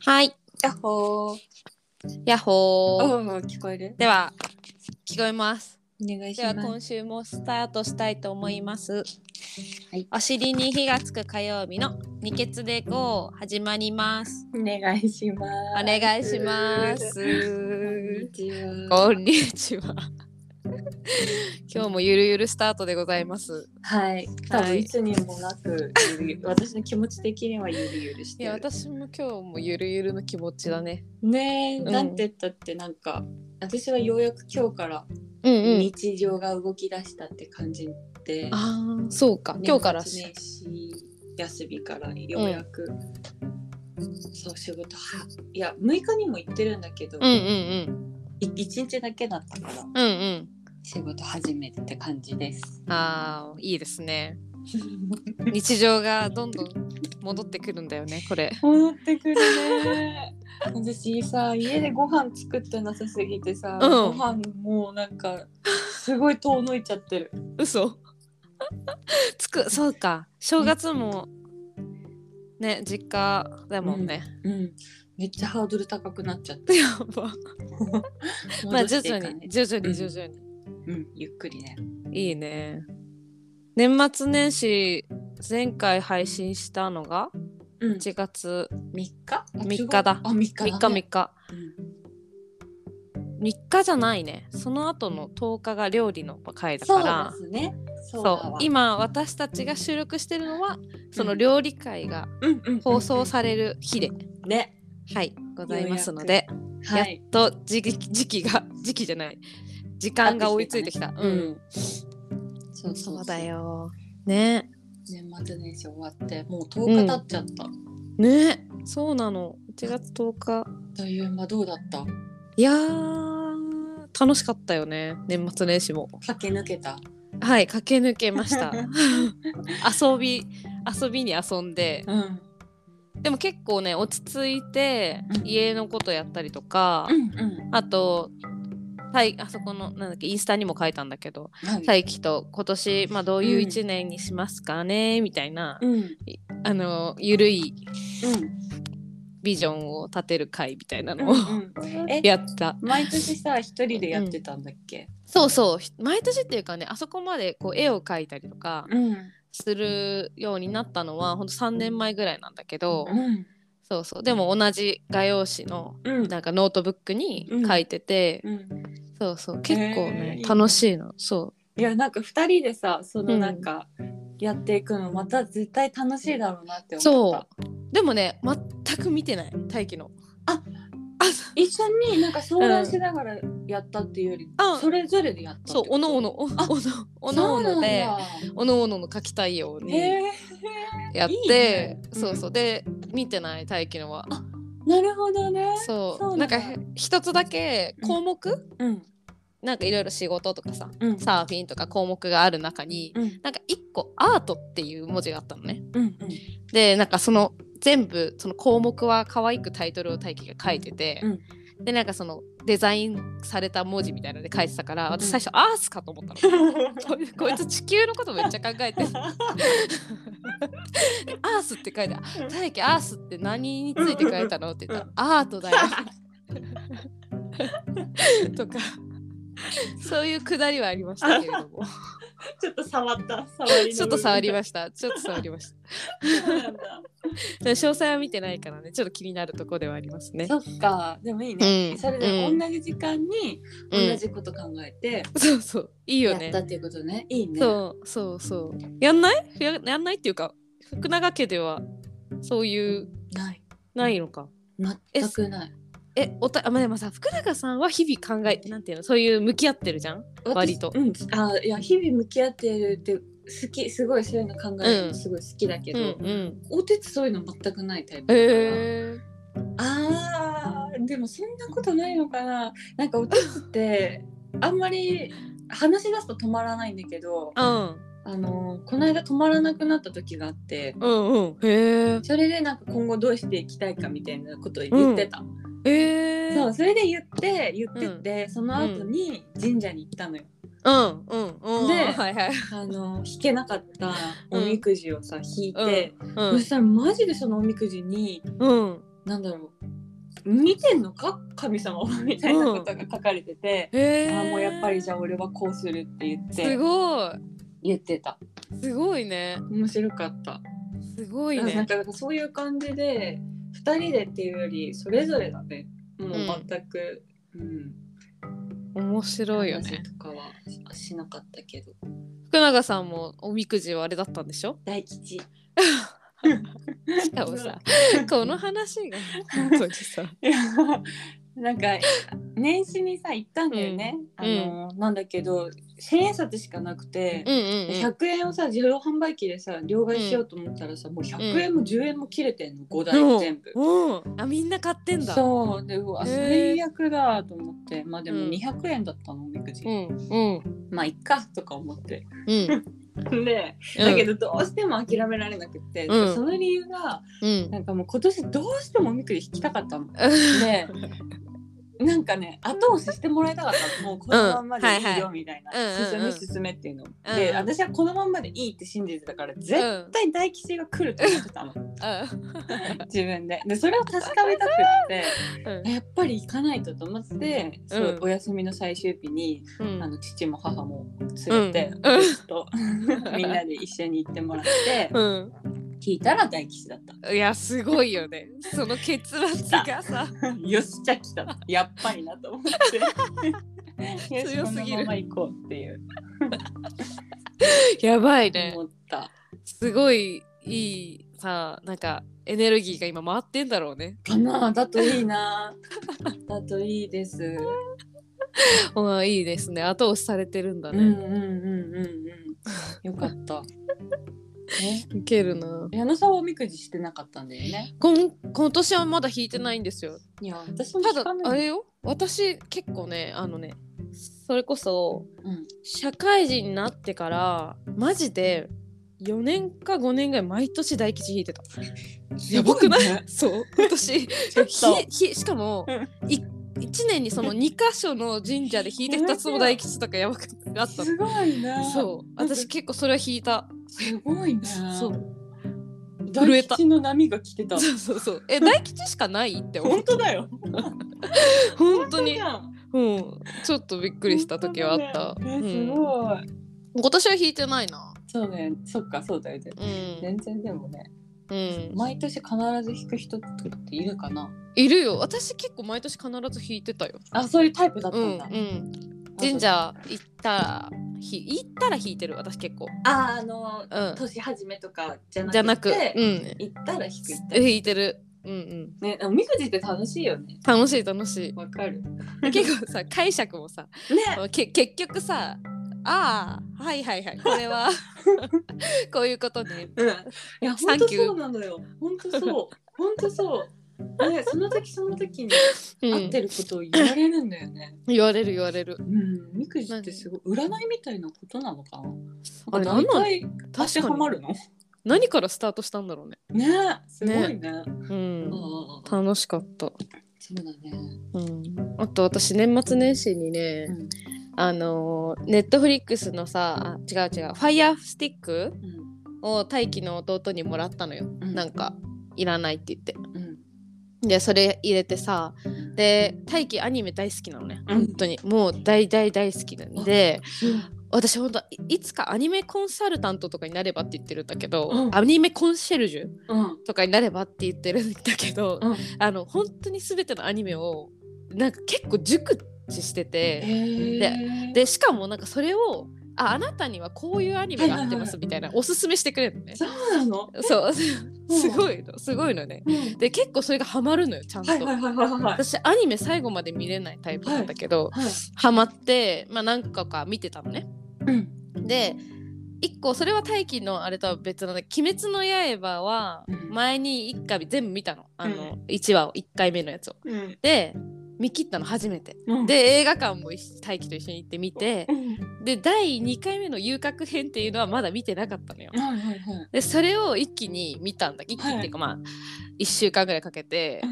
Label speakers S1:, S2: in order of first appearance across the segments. S1: はい。
S2: やっほー。
S1: やっほー。
S2: うん、聞こえる
S1: では、聞こえます。
S2: お願いし
S1: では、
S2: ま
S1: 今
S2: す。
S1: 週もスタートしたいと思います。
S2: はい
S1: お尻に火がつく火曜日の二血で GO 始まります。
S2: お願いします。
S1: お願いしま。
S2: こん
S1: す
S2: に。ちは。
S1: こんにち は。今日もゆるゆるスタートでございます。
S2: はい。多分いつにもなく、ゆるゆる私の気持ち的にはゆるゆるし
S1: い
S2: て
S1: や、
S2: る。
S1: 私も今日もゆるゆるの気持ちだね。
S2: ねえ、
S1: ん
S2: なんて言ったってなんか、私はようやく今日から
S1: うんうん。
S2: 日常が動き出したって感じで、
S1: ああ、そうか。今日から
S2: 年末年始休みからようやく、そう仕事はいや6日にも行ってるんだけど、
S1: うんうん
S2: い一日だけだったから
S1: うん。うんうん。
S2: 仕事始めって感じ です。
S1: ああいいですね日常がどんどん戻ってくるんだよねこ れ
S2: 戻ってくるね。 私さ家でご飯作ってなさすぎてさ、
S1: うん
S2: ご飯もうなんかすごい遠のいちゃってる。
S1: 嘘つくそうか正月もね実家だもんね、
S2: うん、めっちゃハードル高くなっちゃって。
S1: やば まあ
S2: 戻
S1: 徐
S2: していか
S1: 々
S2: ない
S1: に徐々
S2: う
S1: に
S2: ん
S1: 徐々に、
S2: うん、ゆっくりね。
S1: いいね年末年始前回配信したのが
S2: うん、3
S1: 1月
S2: 日
S1: 三日だ
S2: あ、3日
S1: 3日
S2: だ、ね。
S1: 3日3日じゃないねその後の10日が料理の回だから
S2: そうですね。そうだ
S1: そう
S2: わ
S1: 今私たちが収録してるのはその料理会が
S2: うんうんうん
S1: 放送される日で、
S2: ね、
S1: はいございますので、
S2: は
S1: や
S2: い
S1: っ、と時期時期が時期じゃない時間が追いついてきた
S2: う
S1: うん
S2: ん、そうそう
S1: そうだよね
S2: 年末年始終わってもう10日経っちゃった、
S1: ねそうなの1月10日
S2: という間どうだった
S1: いやー楽しかったよね年末年始も
S2: 駆け抜けた
S1: はい駆け抜けました 遊び遊びに遊んで
S2: うんうん
S1: でも結構ね落ち着いて
S2: うん
S1: 家のことやったりとか、
S2: うん
S1: あと、はい、あそこのなんだっけインスタにも書いたんだけど
S2: はい
S1: 大輝と今年、まあ、どういう1年にしますかね、みたいな
S2: うんうん
S1: あのゆるいビジョンを立てる会みたいなのを、
S2: うんえ
S1: やった
S2: 毎年さ一人でやってたんだっけ
S1: そうそうひ毎年っていうかねあそこまでこう絵を描いたりとか
S2: うん
S1: するようになったのはほんと3年前ぐらいなんだけど、
S2: うん
S1: そうそうでも同じ画用紙の
S2: うん
S1: なんかノートブックに書いてて、
S2: うん
S1: そうそう結構ね、
S2: へー
S1: 楽しいのそ
S2: いやなんか二人でさその
S1: うん
S2: なんかやっていくのまた絶対楽しいだろうなって
S1: う
S2: 思っ
S1: そ
S2: た
S1: うでもね全く見てない大輝の
S2: あ
S1: あそ
S2: 一緒になんか相談しながらやったっていうより、
S1: あ
S2: それぞれでやったって
S1: そう
S2: こと
S1: おのおのお
S2: あ
S1: おのおのおのでおのおのの書きたいよう
S2: へ
S1: に
S2: え
S1: やって、
S2: いいねうん
S1: そうそうで見てない大輝のは
S2: なるほどね。
S1: そう
S2: そう
S1: な
S2: なんん
S1: か
S2: だ
S1: へ一つだけ項目、
S2: うん。
S1: なんかいろいろ仕事とかさ
S2: うん。
S1: サーフィンとか項目がある中に
S2: うん。
S1: なんか一個アートっていう文字があったのね
S2: うん。
S1: でなんかその全部その項目は可愛くタイトルを大輝が書いてて、
S2: うん
S1: でなんかそのデザインされた文字みたいなので書いてたから私
S2: う
S1: 最
S2: ん
S1: 初アースかと思ったの、 こいこいつ地球のことめっちゃ考えてるアースって書いてあ「大輝アースって何について書いたの?」って言ったら「アートだよ」とかそういうくだりはありましたけれど も
S2: ちょっと触った。
S1: ちょっと触り
S2: ま
S1: ましたちょっと触りました
S2: した。
S1: で詳細は見てないからねちょっと気になるとこではありますね。
S2: そっか。でもいいね。
S1: うん
S2: それで
S1: うん
S2: 同じ時間に
S1: うん
S2: 同じこと考えて
S1: そうそういいよ
S2: やっ
S1: ね
S2: た。っていうことね。いいね。
S1: そうそうそうやんないややんないっていうか福永家ではそういう
S2: ない。
S1: ないのか。
S2: 全くない。
S1: えおたあまあでもさ福永さんは日々考えなんていうのそういう向き合ってるじゃん。
S2: 私
S1: 割と
S2: うん。あ、いや日々向き合ってるって好きすごいそういうの考えるのすごい好きだけ
S1: うんう
S2: ど、
S1: ん。
S2: お手つそういうの全くないタイプだから。
S1: え
S2: あーでもそんなことないのかななんかお手つってあんまり話し出すと止まらないんだけど
S1: ー、
S2: あのこの間止まらなくなった時があって
S1: うんうんうんへえ
S2: それでなんか今後どうしていきたいかみたいなことを言ってた、
S1: えー、
S2: そうそれで言って言ってって、その後に神社に行ったのよ、
S1: うんうんうん
S2: で
S1: はい はい
S2: あの引けなかったおみくじをさ引いて、
S1: う
S2: そしたらマジでそのおみくじに
S1: ん
S2: なんだろう見てんのか神様はみたいなことが書かれてて、
S1: え
S2: ああもうやっぱりじ
S1: ゃ
S2: ゃあ俺はこうするって言っ
S1: す
S2: て
S1: ごい
S2: 言ってた
S1: すごいね
S2: 面白かった
S1: すごい
S2: あなん
S1: ね
S2: かなんかそういう感じで2人でっていうよりそれぞれだねもう全く、うん
S1: 面白いよね
S2: 話とかはししなかったけど
S1: 福永さんもおみくじはあれだったんでしょ
S2: 大吉
S1: しかもさこの話 が本当にさ
S2: いや なんか年始にさ行ったんだよね、
S1: うん
S2: あの、なんだけど千円札しかなくて、
S1: うんうんうん
S2: 100円をさ自動販売機でさ両替しようと思ったらさ、もう100円も10円も切れてんの5
S1: う
S2: 台
S1: ん
S2: 全部。
S1: うんあみんな買ってんだ
S2: そうでうわ
S1: へー
S2: 最悪だと思ってまあでも
S1: うん
S2: 200円だったのおみくじ、
S1: うんうん
S2: まあいっかとか思って
S1: うん
S2: でだけどどうしても諦められなくって、
S1: うん
S2: その理由が
S1: うん
S2: なんかもう今年どうしてもおみくじ引きたかったの。でなんかね後押ししてもらいたかったのもうこのまんまでいいよみたいな
S1: うんはいはい
S2: 進
S1: うんうんうん
S2: め進めっていうの、
S1: うん
S2: で私はこのまんまでいいって信じてたから絶対
S1: うん
S2: 大吉が来ると思って たの
S1: う
S2: 自分ででそれを確かめたくって
S1: ん
S2: やっぱり行かないとと思って、そう
S1: うん
S2: お休みの最終日に
S1: うん
S2: あの父も母も連れて、
S1: うん
S2: 私 とみんなで一緒に行ってもらって
S1: うん
S2: 聞いたら大吉だった。
S1: いやすごいよねその結末がさ
S2: よっしゃ来たやっぱりなと思って よし
S1: 強すぎる
S2: このまま行こうっていう
S1: やばいね
S2: 思った
S1: すごいいいさなんかエネルギーが今回ってんだろうね
S2: かなあだとい いなあだといいです
S1: うんいいですね後押しされてるんだ
S2: うんうん
S1: ね、
S2: うんうんうんよか ったえ
S1: いけるな
S2: 矢野さんはおみくじしてなかったんだよね
S1: こん今年はまだ引いてないんですよ
S2: いや私も
S1: た
S2: 聞
S1: だ
S2: かない
S1: あれよ私結構ねあのねそれこそ
S2: うん
S1: 社会人になってからマジで4年か5年ぐらい毎年大吉引いてたやばくない
S2: すごね
S1: そう私
S2: ちょっと
S1: ひひしかもい1年にその2箇所の神社で引いて2つも大吉とかやばくなったの
S2: すごいね
S1: そう私結構それは引いた
S2: すごいね
S1: そう震え
S2: 大
S1: た
S2: 吉の波が来て た
S1: そうそうそうえ大吉しかないって思う
S2: 本当だよ
S1: 本当に
S2: じゃん
S1: うんちょっとびっくりした時はあった、
S2: 本当だ
S1: う
S2: ねえす
S1: ん、
S2: ごい
S1: 今年は引いてないな
S2: そうだよ、そっか、そうだよね。
S1: うん、
S2: 全然でもね、
S1: うん、
S2: 毎年必ず弾く人とかっているかな。
S1: いるよ私結構毎年必ず引いてたよ
S2: あ、そういうタイプだった
S1: うんん
S2: だ。
S1: うん神社行ったらひ行ったら引いてる私結構
S2: あ、あの、
S1: うん
S2: 年始めとかじゃなくて
S1: じゃなく、うん、
S2: 行ったら弾く行ったら
S1: 弾いてる。うんうん、
S2: ね、おみくじって楽しいよね。
S1: 楽しい楽し
S2: わかる。ね、
S1: い結構さ解釈もさ け結局さああはいはいはいこれは こういうことね
S2: うん。いや、
S1: サ
S2: 本
S1: ン
S2: 当
S1: キュー
S2: そうなのよ。本当そう。本当そう。ね、その時その時に
S1: う
S2: 合っ
S1: ん
S2: てることを言われるんだよね。
S1: 言われる言われる
S2: うん、おみくじってすごい占いみたいなことなのかな。
S1: あれ
S2: なんか大体当て
S1: 確
S2: は
S1: か
S2: ま
S1: に
S2: るの。
S1: 何からスタートしたんだろうね
S2: ねすごいね。
S1: うん
S2: ああ、
S1: 楽しかった、
S2: そうだね。
S1: うん、あと私年末年始にね、
S2: うん
S1: あのネットフリックスのさあ違う違うファイヤースティックを大輝の弟にもらったのよ、
S2: うん
S1: なんかいらないって言って
S2: うん、
S1: でそれ入れてさで大輝アニメ大好きなのね、
S2: う
S1: 本
S2: ん
S1: 当にもう大大大好きなんで私本当いいつかアニメコンサルタントとかになればって言ってるんだけど、
S2: うん
S1: アニメコンシェルジュ
S2: うん、
S1: とかになればって言ってるんだけど、
S2: うん
S1: あの本当に全てのアニメをなんか結構熟知してて、
S2: で、
S1: でしかもなんかそれをああなたにはこういうアニメが合ってますみたいな、おすすめしてくれるのね。
S2: そうなの。
S1: そうすごいのすごいのね。
S2: うん
S1: で結構それがハマるのよちゃんと。
S2: はいはいはいはいはいはい。
S1: 私アニメ最後まで見れないタイプなんだけど、
S2: はい、
S1: ハマって、まあ、何個か見てたのね。
S2: うん、
S1: で一個それは大輝のあれとは別なんだけど鬼滅の刃」は
S2: うん
S1: 前に一回全部見たのあの、1話を1回目のやつを。
S2: うん
S1: で見切ったの初めて。
S2: うん、
S1: で映画館も一緒大輝と一緒に行って見て
S2: うん、
S1: で第2回目の遊郭編っていうのはまだ見てなかったのよ。
S2: はいはいはい。
S1: でそれを一気に見たんだ一気にっていうか、まあ1週間ぐらいかけて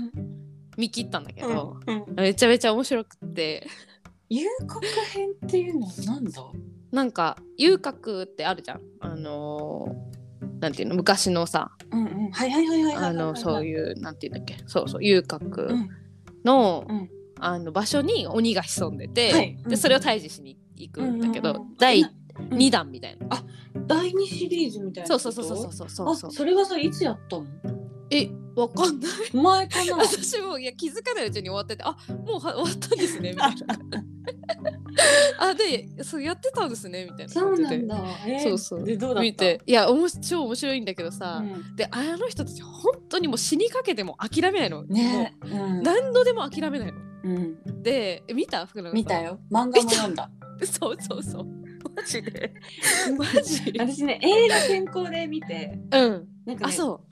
S1: 見切ったんだけど、
S2: うん、
S1: めちゃめちゃ面白くって
S2: 遊郭編っていうのはなんだ。
S1: なんか遊郭ってあるじゃんあのーなんていうの昔のさ
S2: うんうん、はいはいはいはいはいはいはい。
S1: あのそう
S2: いう。
S1: いうなんていうんだっけそうそう遊郭
S2: うん、
S1: の,、
S2: うん
S1: あの場所に鬼が潜んでて、
S2: はいうん
S1: でそれを退治しに行くんだけど、
S2: うんうんうん
S1: 第
S2: うん
S1: 2弾みたいな、
S2: 第二シリーズみたいな
S1: そ
S2: こ
S1: う
S2: と
S1: そうそうそうそうそう
S2: あ
S1: そう
S2: それはさいつやった の
S1: えわかんない
S2: 前か な
S1: 私もいや気づかないうちに終わっててあもうは終わったんですねみたい なあでそうやってたんですねみたいな
S2: そ
S1: 感
S2: う
S1: じ
S2: な
S1: で
S2: んだ、えー
S1: そうそう
S2: でどうだった
S1: 見ていやおもし超面白いんだけど
S2: う
S1: さ、
S2: ん
S1: であの人たち本当にもう死にかけても諦めないの
S2: ねえ、
S1: もう
S2: う
S1: 何度でも諦めないの
S2: んうん、
S1: でえ見た福永さん
S2: 見たよ漫画も読んだ
S1: そうそうそうマジでマ ジ
S2: 私ね映画先行で見て
S1: うん
S2: なんか、
S1: あ
S2: ね、
S1: そ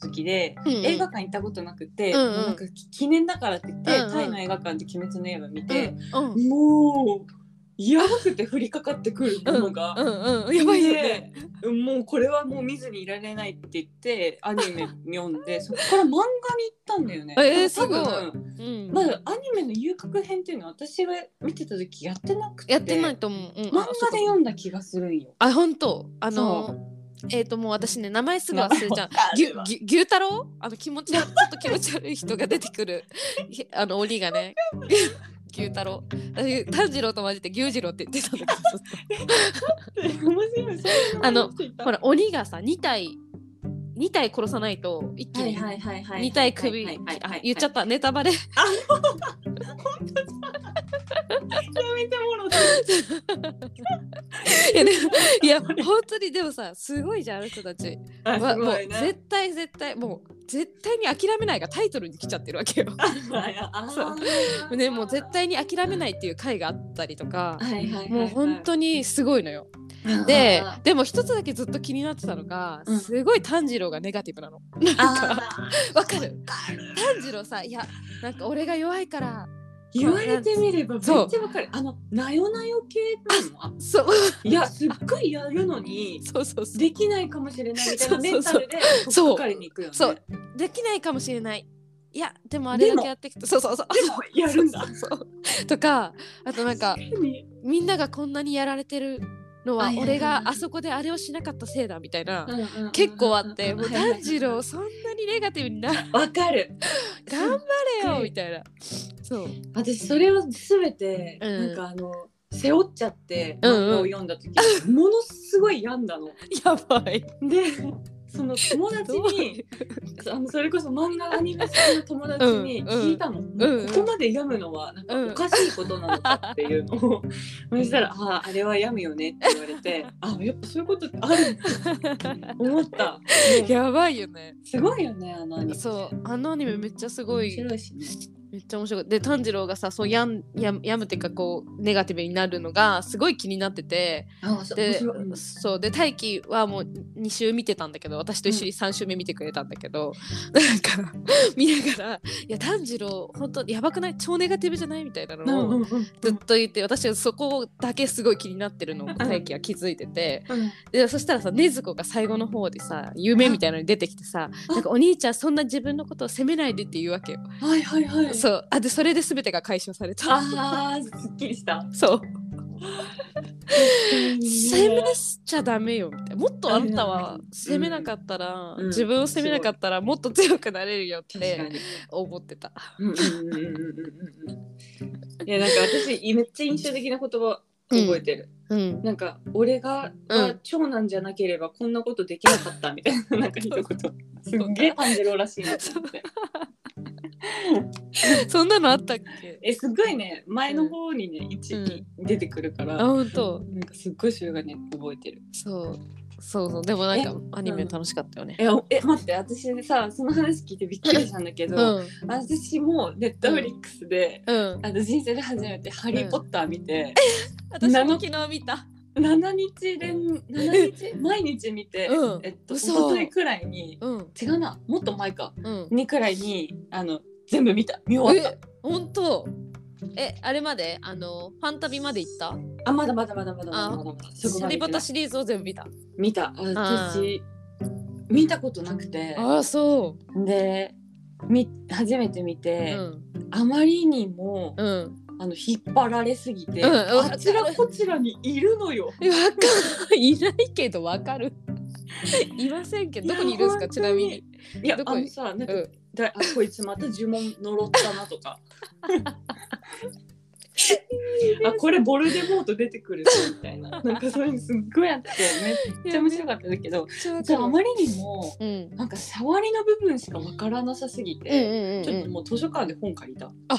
S2: 時で
S1: う、うんうん
S2: 映画館行ったことなくて、
S1: うんうん
S2: もうなんか記念だからって言っ
S1: う
S2: て、
S1: んうん
S2: タイの映画館で「鬼滅の刃」見て、
S1: うんうん
S2: もうやばくて降りかかってくるものが、
S1: うんうんやばいよね
S2: でもうこれはもう見ずにいられないって言ってアニメ読んでそこから漫画に行ったんだよね。
S1: えー
S2: 多分
S1: すごうん
S2: まだアニメの遊郭編っていうのは私が見てた時やってなくて
S1: やってないと思ううん
S2: 漫画で読んだ気がするんよ。
S1: あ本当あのえっともう私ね名前すぐ忘れちゃう
S2: あ
S1: ぎゅぎゅ牛太郎あの気持ち悪いちょっと気持ち悪い人が出てくるひあの鬼がね 牛太郎私炭治郎と混じって牛次郎って言ってたんだけど
S2: 面白いそういう
S1: あの
S2: 思い出してい た
S1: ほら鬼がさ2体2体殺さないと一気
S2: はい
S1: に
S2: はいはいはい。
S1: 2体首
S2: はいはいはいは
S1: あ
S2: い
S1: 言っちゃったネタ バレ
S2: やめてもろた。
S1: いやでもい や本当にでもさすごいじゃんあの人たち
S2: あ
S1: わ
S2: す
S1: もう
S2: ごいね。
S1: 絶対絶対もう絶対に諦めないがタイトルに来ちゃってるわけよ。
S2: そう
S1: ねもう絶。対に諦めないっていう回があったりとか
S2: はいはいはいはい。
S1: もう本当にすごいのよ。
S2: うん
S1: で
S2: あ
S1: でも一つだけずっと気になってたのが
S2: うん
S1: すごい炭治郎がネガティブなの。
S2: あ
S1: わかる炭治郎さいやなんか俺が弱いから
S2: 言われてみればめっちゃ
S1: そう
S2: わかる。あのなよなよ系っていうの
S1: そう
S2: いやすっごいやるのに
S1: そうそうそう
S2: できないかもしれないみたいなメンタルで
S1: そう
S2: かかりに行くよね。
S1: そうできないかもしれない。いやでもあれだけやってきたそうそうそう。
S2: でもやるん
S1: そ
S2: だ。
S1: うそうそうとかあとなんかみんながこんなにやられてるのは
S2: はいはいはい
S1: 俺があそこであれをしなかったせいだみたいな
S2: うんうんうん
S1: 結構あってもう
S2: はいはい
S1: 炭治郎そんなにネガティブになれ
S2: わかる。
S1: 頑張れ
S2: う
S1: よ
S2: ん
S1: みたいなそう
S2: 私それを全て、
S1: うん
S2: なんかあの背負っちゃって
S1: うんうん
S2: 漫画を読んだ時、ものすごい病んだの。
S1: やばい
S2: でその友達
S1: どう
S2: にあのそれこそ漫画アニメ好きの友達に聞いたの、
S1: んうん
S2: ここまで病むのはなんかおかしいことなのかっていうの を、そしたら「あああれは病むよね」って言われて「あやっぱそういうことってあるんだ」思った。
S1: やばいよね
S2: すごいよねあのアニメ。
S1: そうあのアニメめっちゃすご
S2: 面
S1: い
S2: 白いしね。
S1: めっちゃ面白いで炭治郎がさそうやんやんやむっていうかこうネガティブになるのがすごい気になってて
S2: あそう面
S1: で
S2: 白いうん
S1: そうで大輝はもう2週見てたんだけど私と一緒に3週目見てくれたんだけど、 なんか見ながら「いや炭治郎本当やばくない超ネガティブじゃない?」みたいな
S2: うんう
S1: のを
S2: んうん
S1: ずっと言って私はそこだけすごい気になってるのを大輝は気づいてて。
S2: うん
S1: でそしたらさ禰豆子が最後の方でさ夢みたいなのに出てきてさ「なんかお兄ちゃんそんな自分のことを責めないで」って言うわけよ。
S2: はいはいはい。
S1: そうあでそれで全てが解消された。
S2: ああ、すっきりした。
S1: そう責め
S2: ね
S1: ちゃダメよみたいなもっとあんたは
S2: うん
S1: 責めなかったら、
S2: うん
S1: 自分を責めなかったらもっと強くなれるよっ
S2: 確か
S1: て
S2: に。
S1: 思ってた。
S2: うんうんうんうんうんうんうん。いや、なんか私、めっちゃ印象的な言葉覚えてる。
S1: うん、
S2: なんか、俺が、
S1: うん
S2: あ長男じゃなければこんなことできなかったみたい な、なんか一言。すっげえ炭治郎らしいなと思って。
S1: そんなのあったっけ
S2: え、すごいね、前の方にね、一、に出てくるか
S1: あ
S2: ら、
S1: 本当
S2: なんかすっごいそれがね、覚えてる。
S1: そうそうそうでもなんかアニメ楽しかったよね。
S2: え、おえ待って、私さ、その話聞いてびっくりしたんだけ
S1: う
S2: ど、
S1: ん
S2: 私もネットフリックスで、
S1: うん、
S2: あの人生で初めて「ハリー・ポッター」見て、
S1: 私も昨日見た。
S2: 7日連7日毎日見て、
S1: うん
S2: えっと一
S1: 嘘
S2: 昨日くらいに
S1: うん
S2: 違うなもっと前か
S1: うん、
S2: にくらいにあの全部見た見終わっ
S1: え本当えあれまであのファンタビまで行った
S2: たあまだまだまだまだまだまだまだそこ
S1: ハ
S2: まで
S1: リ
S2: 行
S1: ポタ
S2: ってない
S1: シリーズを全部見た
S2: 見たあ私見たことなくて
S1: ああそ
S2: でみ初めて見
S1: うう
S2: て、
S1: ん
S2: あまりにも
S1: うん
S2: あの引っ張られすぎて、
S1: うんうん
S2: あちらこちらにいるのよ。
S1: えわかるいないけどわかるいませんけどどこにいるんです
S2: いや
S1: かちなみに
S2: いや
S1: どこ
S2: あのさなんか
S1: うん
S2: だあこいつまた呪文呪ったなと かあこれボルデモート出てくるぞみたい ななんかそういうのすっごいあってめっちゃ面白かったんだけどじゃああまりにも
S1: うんうん
S2: なんか触りの部分しかわからなさすぎ
S1: うん
S2: て、
S1: うん
S2: ちょっ
S1: う
S2: と
S1: ん
S2: もう図書館で本借りた
S1: あ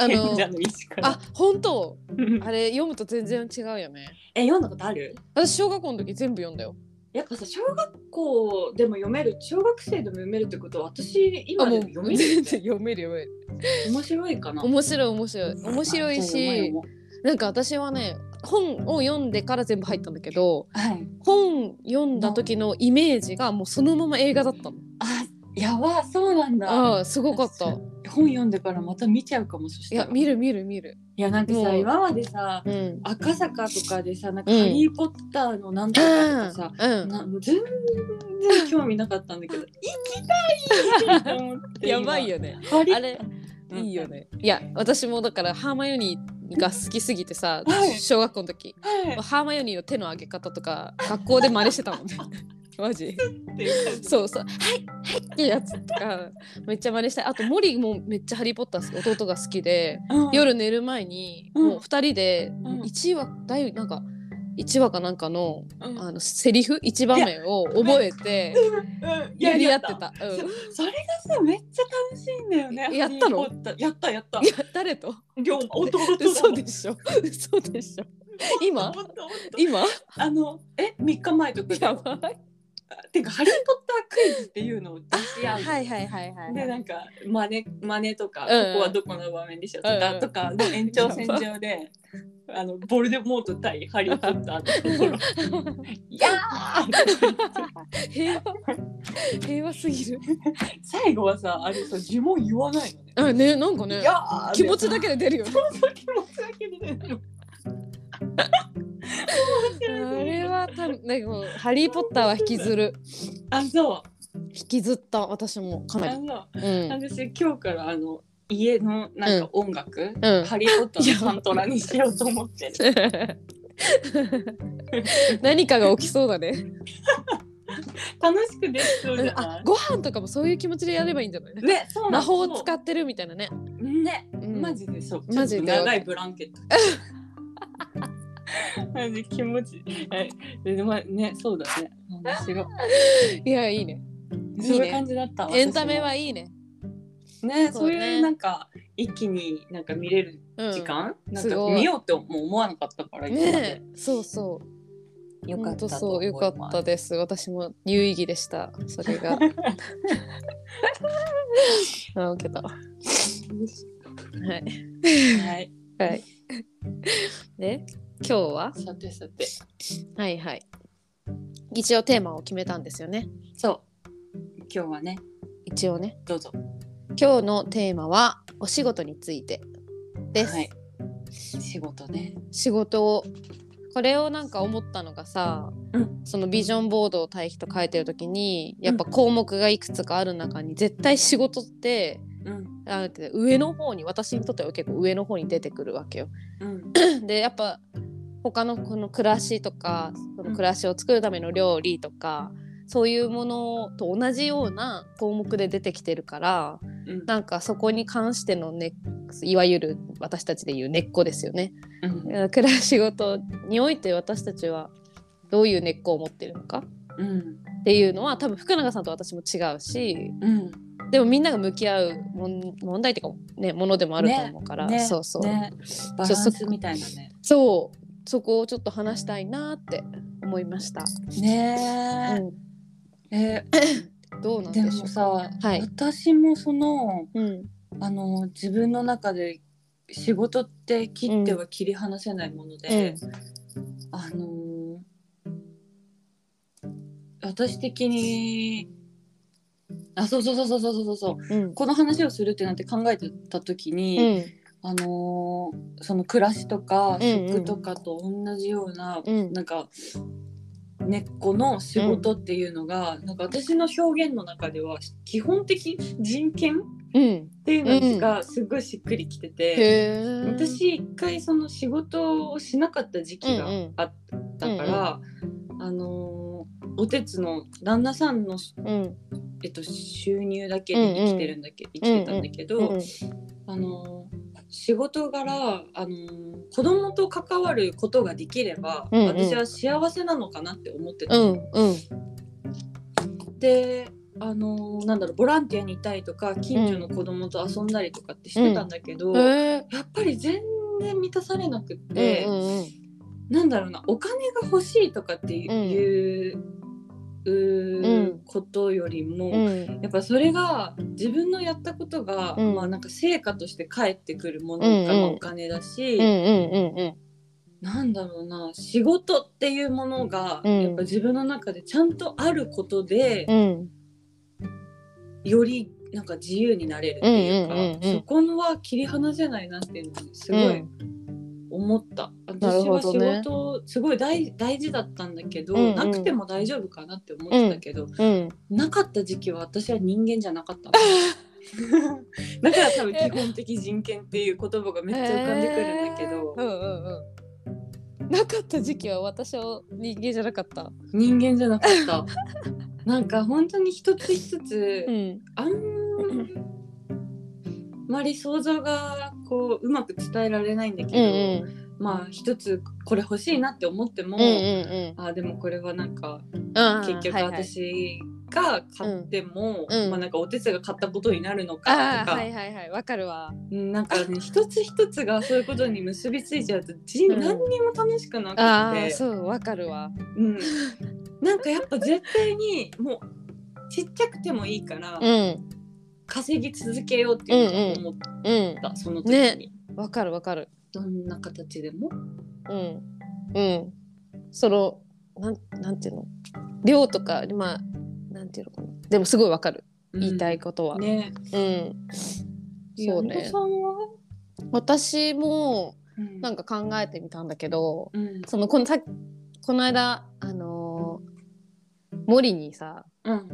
S1: の
S2: 賢者の石から
S1: あ本当
S2: うん
S1: あれ読むと全然違うよね
S2: え読んだことある
S1: 私小学校の時全部読んだよ
S2: やっぱさ小学校でも読める小学生でも読めるってことは私今でも読める
S1: 全然
S2: って
S1: 読める読める
S2: 面白いかな
S1: 面白い面白い面白い
S2: あじゃあ読
S1: し
S2: もう
S1: なんか私はね本を読んでから全部入ったんだけど
S2: 読もうはい
S1: 本読んだ時のイメージがもうそのまま映画だったの
S2: あやばそうなんだ
S1: ああすごかったい
S2: 本読んでからまた見ちゃうかもそしたら
S1: や見る見る見る
S2: いやなんか
S1: も
S2: さ
S1: う
S2: 今までさ
S1: うん
S2: 赤坂とかでさなんか「
S1: うん
S2: ハリー・ポッター」のなんとかとかさ、
S1: うん
S2: な全然興味なかったんだけ ど行きたいと思って
S1: やばいよね
S2: 今ハリ
S1: あれ
S2: うん
S1: いいよねいや私もだからハーマイオニーが好きすぎてさ
S2: はい
S1: 小学校の時
S2: はい
S1: ハーマイオニーの手の上げ方とか学校で真似してたもんね マジ
S2: っていう感じ
S1: そうそうはいはいってやつとかめっちゃ真似したいあとモリもめっちゃハリー・ポッター好き弟が好きで
S2: うん
S1: 夜寝る前に
S2: うん
S1: もう二人で
S2: うん
S1: 1話第なんか1話かなんかの
S2: うん
S1: あのセリフ一場面を覚えて
S2: うん
S1: やり合ってた。
S2: そうそれがさめっちゃ楽しいんだよね。
S1: やったの
S2: ハリーポッターやったやった
S1: んい。や誰と
S2: 両方弟だもん
S1: 嘘でしょ嘘でしょ 今
S2: 弟弟
S1: 今
S2: あのえ三日前とかで
S1: やばい
S2: てかハリーポッタークイズっていうのを出し合う。
S1: いはいはいは
S2: でなんか真似真似と
S1: う
S2: か、
S1: ん
S2: ここはどこの場面でしょと
S1: うん
S2: か、
S1: うん
S2: とかの延長線上で。あのボルデモート対ハリー・ポッターのとこ ろいやー
S1: 平和平和すぎる
S2: 最後はさあれさ呪文言わないのね。
S1: あねなんかね
S2: いやー
S1: 気持ちだけで出るよね
S2: 気持ちだけで出るの。
S1: あれはたなんかもうハリー・ポッターは引きずる
S2: あそう
S1: 引きずった私もかな
S2: あ
S1: り
S2: の
S1: うん
S2: 私今日からあの家のなんか音楽、
S1: うん
S2: ハリー・ポッターのサントラにしようと 思ってる。
S1: 何かが起きそうだね
S2: 楽しくできそうじゃな
S1: あ
S2: い。
S1: ご飯とかもそういう気持ちでやればいいんじゃない
S2: ね、そう
S1: 魔
S2: なの
S1: 法を使ってるみたいなね
S2: そうね、
S1: うん
S2: マジでそう。
S1: マジで
S2: ちょっと長いブランケ ット。マジ気持ちいい。はいでまあね、そうだね。話が
S1: いやいいねいいね
S2: そういう感じだった。私も
S1: エンタメはいいね
S2: ね、
S1: そ
S2: そうう
S1: ね
S2: いうなんか一気になんか見れる
S1: うん
S2: 時間、なん
S1: す
S2: か
S1: ごい
S2: 見ようっても思わなかったから今まで
S1: ねえそうそう
S2: よかっ
S1: 本
S2: た
S1: 当そうよかったです私も有意義でしたそれ があ受けたは
S2: た
S1: い
S2: はい
S1: はいで今日は
S2: さてさて
S1: はいはい一応テーマを決めたんですよね
S2: そう今日はね
S1: 一応ね
S2: どうぞ
S1: 今日のテーマはお仕事についてです、
S2: はい仕事ね
S1: 仕事をこれをなんか思ったのがさ、
S2: うん
S1: そのビジョンボードを対比と書いてる時に
S2: ん
S1: やっぱ項目がいくつかある中に絶対仕事って
S2: うん
S1: あなんていうの上の方に私にとっては結構上の方に出てくるわけよ。
S2: うん
S1: でやっぱ他のこの暮らしとかその暮らしを作るための料理とか、そういうものと同じような項目で出てきてるから
S2: うん
S1: なんかそこに関してのねいわゆる私たちでいう根っこですよね。
S2: うん
S1: えー暮らし仕事において私たちはどういう根っこを持ってるのか
S2: うん
S1: っていうのは多分福永さんと私も違うし
S2: うん
S1: でもみんなが向き合うもん問題っていうか、ね、ものでもあると思うから、
S2: ね
S1: そうそう、
S2: ねバランスみたいなね
S1: そうそこをちょっと話したいなって思いました。
S2: ねえ
S1: うん、どうな
S2: ー
S1: ん
S2: で
S1: でしょ
S2: も
S1: う。
S2: さ
S1: はい
S2: 私もその
S1: うん、
S2: あの自分の中で仕事って切っては切り離せないもので、あのー私的にあそうそうそうそうそうそうそう
S1: うん、
S2: この話をするってなんて考えてた時
S1: う
S2: に、
S1: ん、
S2: あのーその暮らしとか
S1: うんうん
S2: 食とかと同じような、
S1: うん
S2: なんか根っこの仕事っていうのが、なんか私の表現の中では基本的人権
S1: うん、
S2: っていうのがすごいしっくりきてて、
S1: へー
S2: 私一回その仕事をしなかった時期があったから、あのーおてつの旦那さんの
S1: うん、
S2: えっと、収入だけで生きてるんだけ、生きてたんだけど、
S1: うん
S2: あの仕事柄あの子供と関わることができれば、
S1: うんうん
S2: 私は幸せなのかなって思ってた、
S1: うんうん
S2: であのなんだろうボランティアにいたりとか近所の子供と遊んだりとかってしてたんだけど、や
S1: え
S2: っぱり全然満たされなくっ
S1: ー
S2: て、
S1: うんうん
S2: なんだろうなお金が欲しいとかっていう,うー、
S1: うん
S2: ことよりも、
S1: うんうん
S2: やっぱそれが自分のやったことが、
S1: うん
S2: まあなんか成果として返ってくるもの
S1: うん
S2: が
S1: うん
S2: お金だし、
S1: うんうんうん
S2: なんだろうな仕事っていうものが、
S1: うん
S2: やっぱ自分の中でちゃんとあることで、
S1: うん
S2: よりなんか自由になれるっていうか、
S1: うんうんうんうん
S2: そこのは切り離せないなっていうのにすごい思った、
S1: なる
S2: 私
S1: ほ
S2: は
S1: ど
S2: 仕
S1: ね
S2: 事すごい大大事だったんだけど、
S1: うんうん
S2: なくても大丈夫かなって思ってたけど、
S1: うん
S2: なかった時期は私は人間じゃな かったのだから多分基本的人権っていう言葉がめっちゃ浮かんでくるんだけど、
S1: えーうんうんうんなかった時期は私は人間じゃなかった
S2: 人間じゃなかった なんか本当に一つ一つ、
S1: うん
S2: あんまり想像がこううまく伝えられないんだけ
S1: うんう
S2: ど、
S1: ん
S2: まあ一つこれ欲しいなって思っても、
S1: うんうん
S2: あでもこれはなんか
S1: うん
S2: 結局私が買っても、
S1: うんうん
S2: まあ、なんかお手伝いが買ったことになるの
S1: あ
S2: かと
S1: あ
S2: か、
S1: はいはいはいわかるわ
S2: うんなん かね一つ一つがそういうことに結びついちゃうとじ、
S1: うん
S2: 何にも楽しくな
S1: あ
S2: く
S1: あ
S2: て、
S1: そうわかるわ
S2: うん、なんかやっぱ絶対にもうちっちゃくてもいいから
S1: うん
S2: 稼ぎ続けようっていうのを思っ
S1: う
S2: た、その時に、
S1: ねんわかるわかる
S2: どんな形でも。
S1: うんうんそのなんなんていうの量とかまあなんていうのかなでもすごいわかる言いたいことは
S2: うんね
S1: うんそう
S2: 山本
S1: ね
S2: さんは、
S1: 私も
S2: うん
S1: なんか考えてみたんだけど
S2: うん
S1: そのこのさこの間あのー森にさ
S2: うん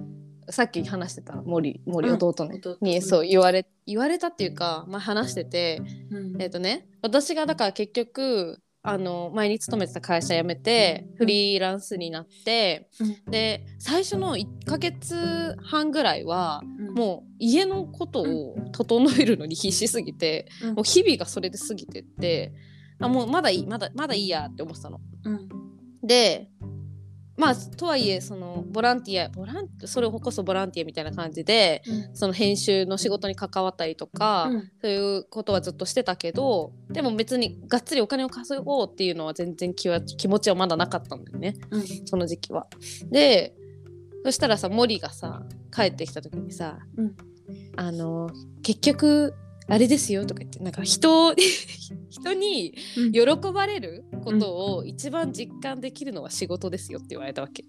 S1: さっき話してた森森
S2: うん
S1: 弟ね、
S2: 弟
S1: に
S2: うん
S1: そう言われ言われたっていうか、まあ、話してて
S2: うん
S1: えっ、とね私がだから結局あの前に勤めてた会社辞めて
S2: ん
S1: フリーランスになって、で最初の1ヶ月半ぐらいは
S2: も
S1: もう家のことを整えるのに必死すぎて、
S2: うん
S1: もう日々がそれで過ぎてってあもうまだいいまだまだいいやって思ってたの。
S2: うん、
S1: でまあとはいえそのボランティアボランそれこそボランティアみたいな感じでその編集の仕事に関わったりとか、
S2: うん
S1: そういうことはずっとしてたけどでも別にがっつりお金を稼ごうっていうのは全然気は気持ちはまだなかったんだよね
S2: うん
S1: その時期は。でそしたらさ森がさ帰ってきた時にさ「
S2: うん
S1: あの結局あれですよ」とか言ってなんか人 人に
S2: うん
S1: 喜ばれることを一番実感できるのは仕事ですよって言われたわ け。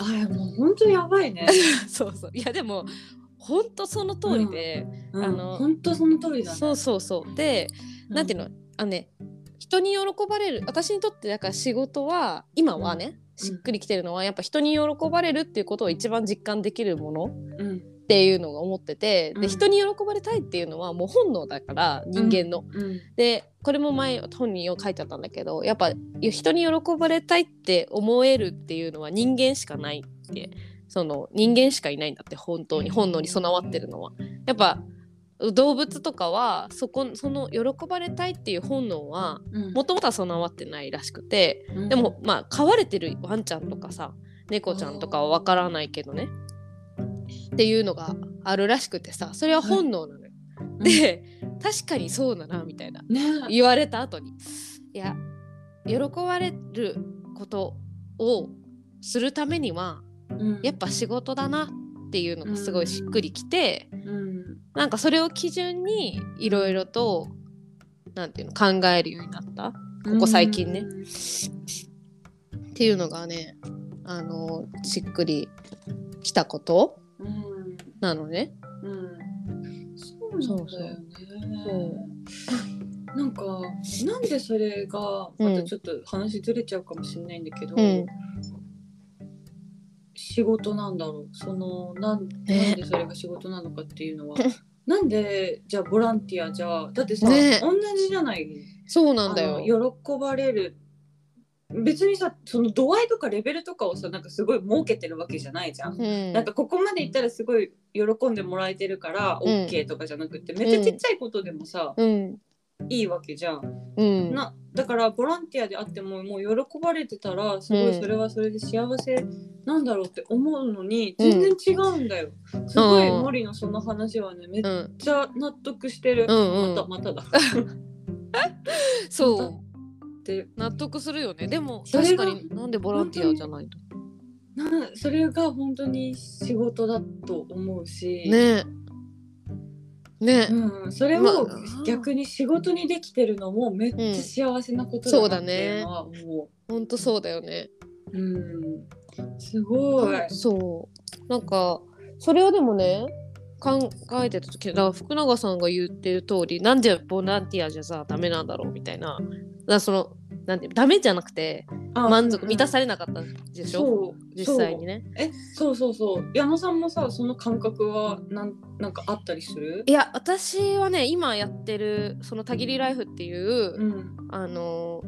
S2: あいやもう本当やばいね。
S1: そうそういやでも本当その通りで、
S2: うん
S1: あの
S2: 本当その通りだね。
S1: そうそうそうで、なんていう
S2: の？
S1: のあのね人に喜ばれる私にとってだから仕事は今はね、
S2: うん
S1: しっくりきてるのはやっぱ人に喜ばれるっていうことを一番実感できるもの
S2: うん
S1: っていうのが思ってて、
S2: うん
S1: で人に喜ばれたいっていうのはもう本能だから人間の。
S2: うん
S1: でこれも前本に書いてあったんだけどやっぱ人に喜ばれたいって思えるっていうのは人間しかないってその人間しかいないんだって本当に本能に備わってるのはやっぱ動物とかはそこその喜ばれたいっていう本能は
S2: うん
S1: もともとは備わってないらしくて
S2: うん
S1: でもまあ飼われてるワンちゃんとかさ猫ちゃんとかはわからないけどねっていうのがあるらしくてさそれは本能なのよ。
S2: うん
S1: で確かにそうだなみたいな
S2: ね
S1: 言われた後にいや喜ばれることをするためには
S2: うん
S1: やっぱ仕事だなっていうのがすごいしっくりきて
S2: うん
S1: なんかそれを基準にいろいろとなんていうの考えるようになったここ最近ね
S2: うん
S1: っていうのがねあのしっくりきたこと
S2: うん
S1: なのね。
S2: うんそうなんだよね。
S1: そう
S2: なんかなんでそれが
S1: うん
S2: またちょっと話ずれちゃうかもしれないんだけど、
S1: うん
S2: 仕事なんだろうそのなん
S1: ね
S2: なんでそれが仕事なのかっていうのは なんでじゃあボランティアじゃあだってさ、
S1: ね
S2: 同じじゃない
S1: そうなんだよ。
S2: あの喜ばれる別にさその度合いとかレベルとかをさなんかすごい設けてるわけじゃないじゃん。
S1: うん
S2: なんかここまでいったらすごい喜んでもらえてるから
S1: うん
S2: OK とかじゃなくて、めっちゃちっちゃいことでもさ、
S1: うん
S2: いいわけじゃん。
S1: うん
S2: なだからボランティアであってももう喜ばれてたらすごいそれはそれで幸せなんだろうって思うのに
S1: うん
S2: 全然違うんだよ。すごい森のその話はねめっ
S1: うん
S2: ちゃ納得して
S1: う
S2: る。
S1: ん
S2: また
S1: うん
S2: まただ。
S1: そう
S2: で
S1: 納得するよねでも
S2: それ
S1: 確
S2: が
S1: かになんでボランティアじゃないと
S2: なそれが本当に仕事だと思うし。
S1: ねえねえ、
S2: うん、それ
S1: ま
S2: を
S1: あ
S2: 逆に仕事にできてるのもめっちゃ幸せなことだなっていうのは思
S1: ほんとそうだよね
S2: う。うん、すごい。
S1: そうなんかそれをでもね考えてた時だから福永さんが言ってる通りなんでボランティアじゃさダメなんだろうみたいなだからそのなんてダメじゃなくて
S2: あ
S1: 満足満た
S2: す
S1: されなかったでしょ
S2: そう
S1: 実際に。ね
S2: そうえ、そうそうそう。矢野さんもさ、その感覚はなんなんかあったりする？
S1: いや私はね今やってるその「たぎりライフ」っていう、
S2: うん。
S1: あの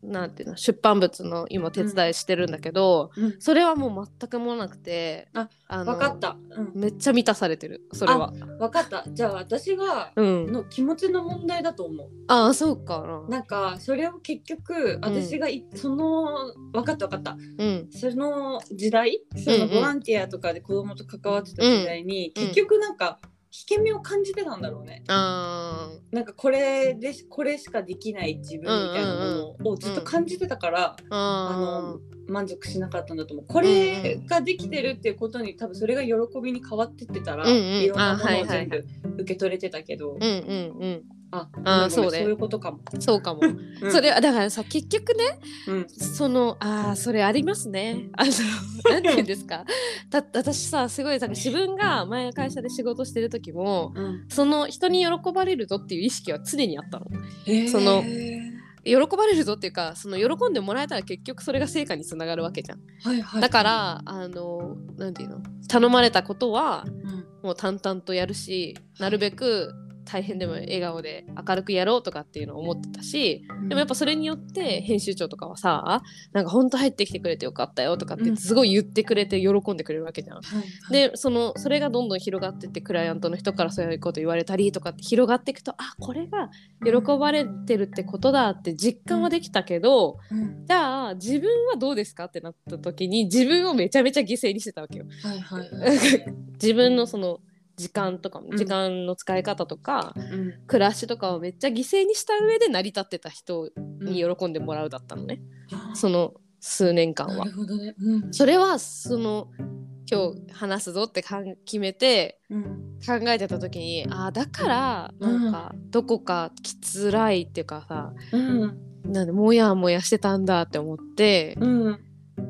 S1: なんていうの出版物の今手伝いしてるんだけど、
S2: うん
S1: それはもう全くもなくて
S2: あ
S1: あの
S2: 分かった。うん。
S1: めっちゃ満たされてるそれは
S2: 分かった。じゃあ私が
S1: うん
S2: の気持ちの問題だと思
S1: ああそうか
S2: う。
S1: な
S2: なんかそれを結局私がい、その分かった分かった。
S1: うん
S2: その時代そ
S1: うんう
S2: の
S1: ん
S2: ボランティアとかで子供と関わってた時代に、
S1: うん
S2: 結局なんか引け目を感じてたんだろうね
S1: あ
S2: なんかこれでしこれしかできない自分みたいなものをずっと感じてたから、
S1: ーあ
S2: の満足しなかったんだと思うこれができてるっていうことに多分それが喜びに変わってってたら、
S1: うんうん
S2: いろんなも
S1: あはい
S2: の
S1: は
S2: を
S1: いはい
S2: 全部受け取れてたけど、
S1: ーうんうん
S2: あ
S1: あー
S2: ごめん
S1: そうね
S2: そういうことかも、
S1: うんそうかも、
S2: うん
S1: それはだからさ結局ね
S2: うん
S1: そのああそれありますね。 あのなんて言うんですかだ私さすごいなんか自分が前の会社で仕事してる時も
S2: うん
S1: その人に喜ばれるぞっていう意識は常にあったの。そ
S2: へ
S1: の
S2: ー
S1: 喜ばれるぞっていうかその喜んでもらえたら結局それが成果につながるわけじゃん。
S2: はいはい
S1: だからあのなんていうの頼まれたことは
S2: うん
S1: もう淡々とやるしなるべく大変でも笑顔で明るくやろうとかっていうのを思ってたしでもやっぱそれによって編集長とかはさなんか本当入ってきてくれてよかったよとかっ
S2: う
S1: て
S2: ん
S1: すごい言ってくれて喜んでくれるわけじゃん。
S2: はいはい
S1: でそのそれがどんどん広がってってクライアントの人からそういうこと言われたりとかって広がっていくとあこれが喜ばれてるってことだって実感はできたけど、
S2: うん
S1: じゃあ自分はどうですかってなった時に自分をめちゃめちゃ犠牲にしてたわけよ。
S2: はいはいはい
S1: 自分のその時間とかも
S2: うん
S1: 時間の使い方とか、
S2: うん
S1: 暮らしとかをめっちゃ犠牲にした上で成り立ってた人に喜んでもらうだったのね、その数年間
S2: な
S1: は
S2: る。ほどね。うん。
S1: それはその今日話すぞってかん決めて
S2: うん。
S1: 考えてた時にあーだからなんかどこかきつらいっていうかさ、
S2: うん。
S1: なんでモヤモヤしてたんだって思って
S2: うん。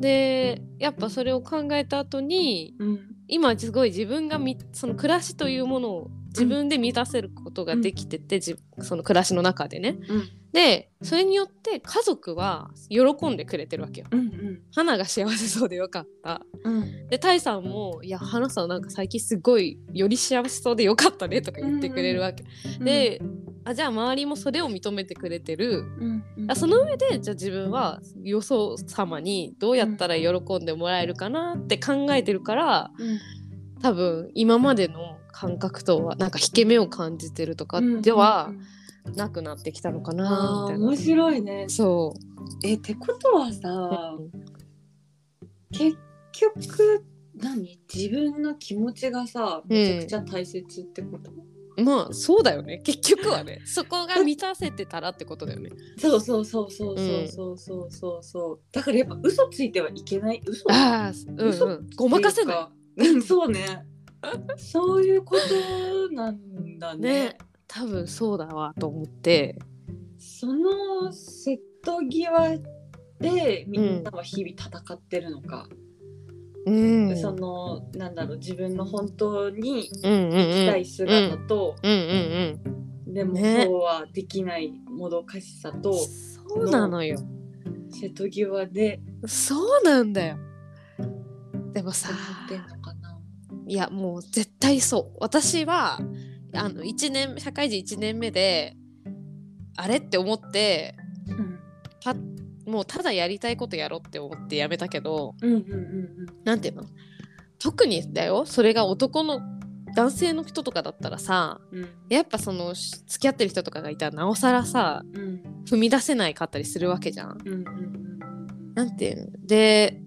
S1: でやっぱそれを考えた後に
S2: うん。
S1: 今すごい自分がみその暮らしというものを自分で満たせることができてて、じその暮らしの中でね。
S2: うん
S1: でそれによって家族は喜んでくれてるわけよ。
S2: うん。
S1: 花が幸せそうでよかった。
S2: うん。
S1: でタイさんも「いや花さんなんか最近すごいより幸せそうでよかったね」とか言ってくれるわけ。で、あじゃあ周りもそれを認めてくれてる
S2: うん。うん。
S1: あその上でじゃあ自分はよそ様にどうやったら喜んでもらえるかなって考えてるから
S2: うん。
S1: 多分今までの感覚とはなんか引け目を感じてるとかでは
S2: うんうんうん
S1: なくなってきたのかなみ
S2: ああ
S1: たいな。
S2: 面白いね。
S1: そ
S2: えってことは
S1: う、
S2: さ
S1: うん
S2: 結局何自分の気持ちがさめちゃくちゃ大切ってこと、
S1: まあそうだよね結局は ねそこが満たせてたらってことだよね。
S2: そうそうそうそうそうそうそうそう、だからやっぱ嘘ついてはいけない嘘
S1: ああうんうんごまかせない
S2: い。うんそうね。そういうことなんだね。
S1: ね多分そうだわと思って
S2: そのセット際でみんなは日々戦ってるのか、
S1: うん
S2: そのなんだろう自分の本当に
S1: うんうんうん
S2: したい姿と、
S1: うんうん
S2: でも
S1: ね
S2: そうはできないもどかしさ
S1: うん
S2: と、
S1: そうなのよ
S2: 瀬戸際で
S1: そうなんだよでもさ
S2: 戦ってんのかな。
S1: いやもう絶対そう私はあの一年社会人1年目であれって思って
S2: うん
S1: パもうただやりたいことやろうって思ってやめたけど
S2: うんうんうん
S1: なんていうの特にだよそれが男の男性の人とかだったらさ
S2: うん
S1: やっぱそのし付き合ってる人とかがいたらなおさらさ
S2: うんうん
S1: 踏み出せないかったりするわけじゃん。
S2: うんうん
S1: なんていうので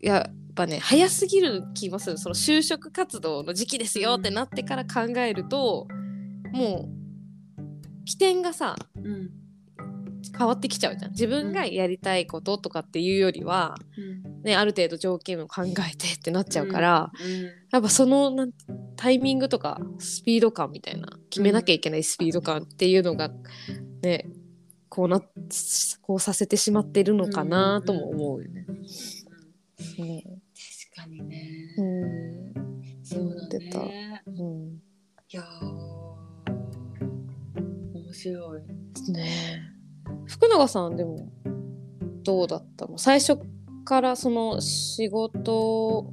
S1: やっぱね早すぎる気もするその就職活動の時期ですよってなってから考えるともう起点がさ
S2: うんうん
S1: 変わってきちゃうじゃん自分がやりたいこととかっていうよりは、
S2: うん
S1: ね、ある程度条件を考えてってなっちゃうから、
S2: うん
S1: やっぱそのなんタイミングとかスピード感みたいな決めなきゃいけないスピード感っていうのがねこうなこうさせてしまっているのかなとも思うよね。うん
S2: 確かにね。
S1: うん
S2: そうだ
S1: 出た
S2: ね。
S1: うん
S2: いやー面白い。
S1: ねえ福永さんでもどうだったの最初からその仕事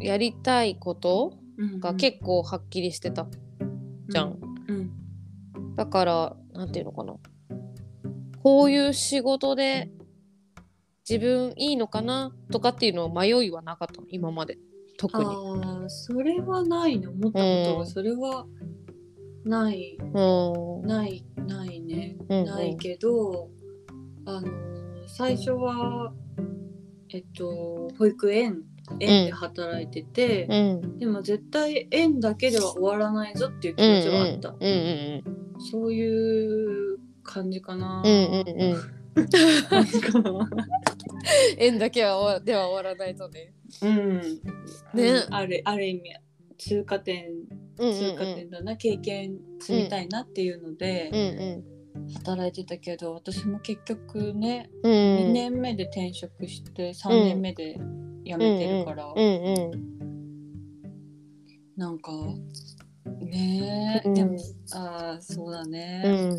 S1: やりたいことが結構はっきりしてたじゃん、
S2: うん
S1: だからなんていうのかなこういう仕事で自分いいのかなとかっていうのは迷いはなかったの今まで特に
S2: ああそれはないの思ったこと
S1: うん
S2: がそれはない
S1: うんうん
S2: ないないね
S1: うん
S2: ないけど、あの最初はえっと保育園園で働いてて、
S1: うん
S2: でも絶対園だけでは終わらないぞっていう気持ちはあった、
S1: うんうん
S2: そういう感じかな。
S1: うんうんうん
S2: 感じかな
S1: 縁だけは終わでは終わらないとね。
S2: うん
S1: ね
S2: あるある意味通過点
S1: うんうん
S2: 通過点だな、経験積みたいなっていうので
S1: うんうん
S2: 働いてたけど、私も結局ね、
S1: うん
S2: 2年目で転職して3年目で辞めてるから、
S1: うんうん
S2: なんかねえ、
S1: うん
S2: でもあーそうだ
S1: う
S2: ね、
S1: ん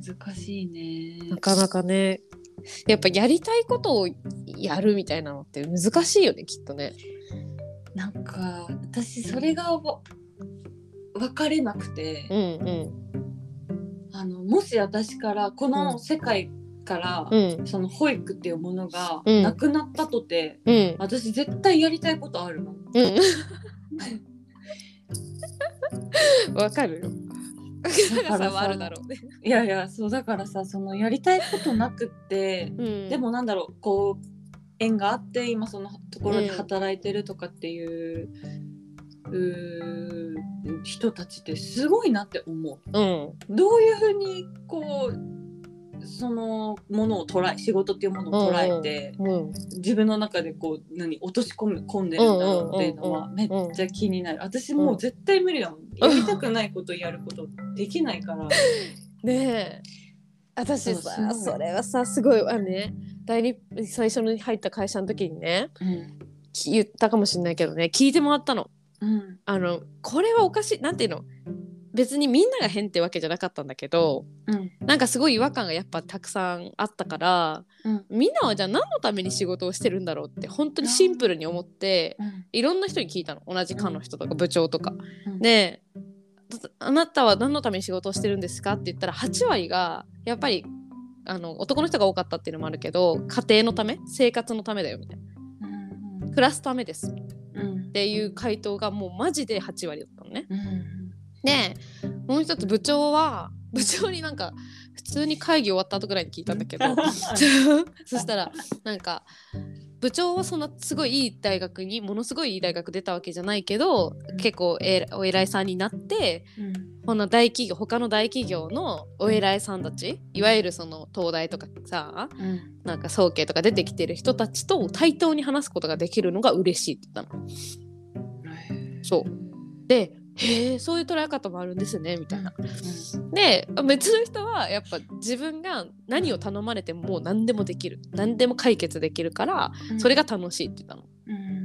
S2: 難しいね
S1: なかなかねやっぱやりたいことをやるみたいなのって難しいよねきっとね。
S2: なんか私それがわ分かれなくて、
S1: うんうん
S2: あのもし私からこの世界から、
S1: うん
S2: その保育っていうものが
S1: うん
S2: なくなったとて、
S1: うん
S2: 私絶対やりたいことあるもん。
S1: うん。わかるよ。
S2: だ
S1: 高さはあるだろうね。
S2: いやいやそうだからさそのやりたいことなくって、
S1: うん
S2: でもなんだろうこう縁があって今そのところで働いてるとかっていう,、うー人たちってすごいなって思う。
S1: うん
S2: どういうふうにこうそのものを捉え仕事っていうものを捉えて。
S1: うん
S2: 自分の中でこう何落とし込む込んでるんだろうっていうのは
S1: うんうん
S2: め
S1: う
S2: っ
S1: んうん
S2: ちゃ気になる私もう絶対無理だもんやりたくないことやることできないから
S1: ねえ私
S2: そうすご
S1: さ
S2: い
S1: それはさすごいわね第二最初に入った会社の時にね
S2: うん
S1: き言ったかもしれないけどね聞いてもらったの
S2: うん
S1: あのこれはおかしいなんていうの別にみんなが変ってわけじゃなかったんだけど
S2: うん
S1: なんかすごい違和感がやっぱたくさんあったから
S2: うん
S1: みんなはじゃあ何のために仕事をしてるんだろうって本当にシンプルに思っていろんな人に聞いたの同じ課の人とか部長とか。
S2: うん
S1: で「あなたは何のために仕事をしてるんですか?」って言ったら8割がやっぱりあの男の人が多かったっていうのもあるけど家庭のため生活のためだよみたいな
S2: うん
S1: 暮らすためですっ
S2: うん
S1: ていう回答がもうマジで8割だったのね。
S2: うん
S1: でもう一つ部長は部長になんか普通に会議終わった後ぐらいに聞いたんだけど そしたらなんか部長はそんなすごいいい大学にものすごいいい大学出たわけじゃないけど結構えらお偉いさんになって
S2: うん
S1: こんな大企業他の大企業のお偉いさんたちいわゆるその東大とかさ
S2: うん
S1: なんか総計とか出てきてる人たちと対等に話すことができるのが嬉しいって言ったの。そうでへえそういう捉え方もあるんですねみたいな。で別の人はやっぱ自分が何を頼まれてももう何でもできる何でも解決できるからそれが楽しいって言ったの。
S2: うん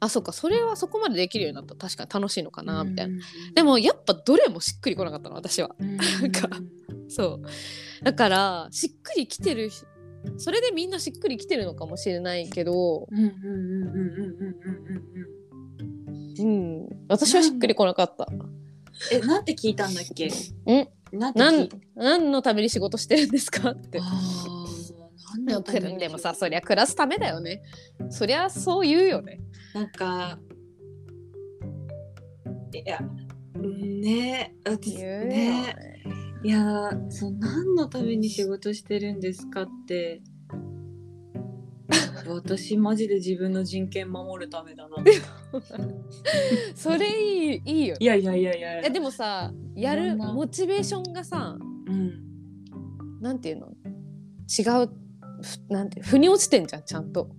S1: あそうかそれはそこまでできるようになった確かに楽しいのかなみたいな。
S2: な
S1: でもやっぱどれもしっくりこなかったの私は。
S2: なん
S1: かそうだからしっくりきてるひそれでみんなしっくりきてるのかもしれないけど、
S2: うんうんうんうんうんうんうんうん
S1: うん、私はしっくりこなかった。
S2: えなんて聞いたんだっけなんて
S1: な
S2: 聞
S1: ん
S2: いた
S1: 何のために仕事してるんですかって
S2: あーなんだろうね
S1: でもさそりゃ暮らすためだよねそりゃそう言うよね
S2: なんかいやうんねだって
S1: 言うよ
S2: ねいやその何のために仕事してるんですかって 私マジで自分の人権守るためだな
S1: それいいいいよ
S2: いやいやいやいや
S1: えでもさや
S2: いろ
S1: る
S2: んな
S1: モチベーションがさ
S2: うん
S1: なんていうの違うふなんて腑に落ちてんじゃんちゃんと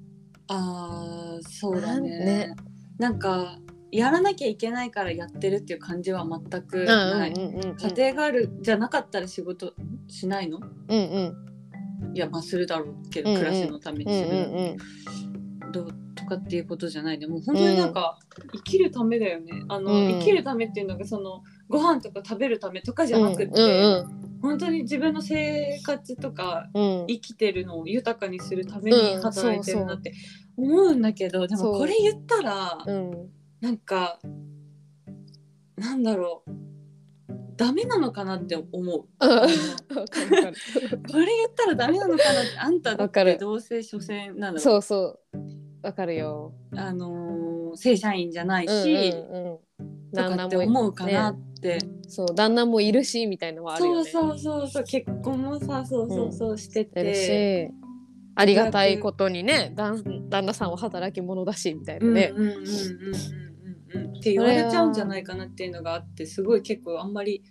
S2: あーそうだね
S1: なんね
S2: なんかやらなきゃいけないからやってるっていう感じは全く
S1: うん
S2: ない、
S1: うんうんうん
S2: 家庭があるじゃなかったら仕事しないの
S1: うんうん
S2: いやまあするだろうけど、
S1: うんうん
S2: 暮らしのため
S1: う
S2: に
S1: ん
S2: す
S1: う
S2: る、
S1: んうん
S2: どうとかっていうことじゃないでもう本当になんか、生きるためだよねあの、
S1: うん
S2: 生きるためっていうのがそのご飯とか食べるためとかじゃなくって、
S1: うん
S2: 本当に自分の生活とか
S1: うんうん
S2: 生きてるのを豊かにするために
S1: うん
S2: 働いてるなって思うんだけど、でも
S1: そう
S2: これ言ったら、
S1: うん
S2: なんかなんだろうダメなのかなって思う。
S1: うん
S2: あの
S1: わかるわかる
S2: これ言ったらダメなのかなってあんただ
S1: わ
S2: っ
S1: か
S2: て
S1: る
S2: どうせ所詮なんだろ う
S1: そうそうわかるよ
S2: あのー正社員じゃないし、
S1: うんうんうん
S2: と
S1: 旦
S2: かっ
S1: 那
S2: て
S1: もい
S2: 思うかなって、
S1: そう旦那もいるしみたいなのはあるよ
S2: そ
S1: ね
S2: うそうそうそう結婚もさそうそうそうして
S1: いる
S2: て、
S1: しありがたいことにね旦旦那さんは働き者だしみたいな
S2: うんうん
S1: ね、
S2: うんうんうんうんうんって言われちゃうんじゃないかなっていうのがあってすごい結構あんまり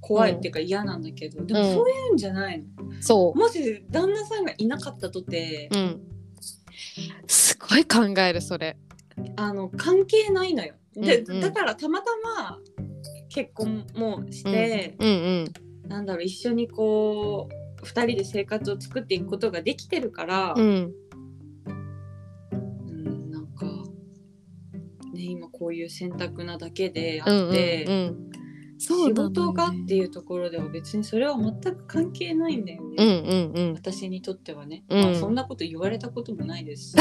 S2: 怖いっていうか嫌なんだけど、でもそういうんじゃないの、
S1: そ
S2: もし旦那さんがいなかったとて
S1: う、うん、すごい考えるそれ
S2: あの関係ないのよで、
S1: うんうん
S2: だからたまたま結婚もして、
S1: うんうん
S2: なんだろう一緒にこう2人で生活を作っていくことができてるから、
S1: うん
S2: うんなんか、ね、今こういう選択なだけで
S1: うん
S2: あって、
S1: うんうんそう
S2: 仕
S1: なのよね
S2: 事がっていうところでは別にそれは全く関係ないんだよね。
S1: うんうんうん
S2: 私にとってはね、
S1: うん
S2: まあ、そんなこと言われたこともないですし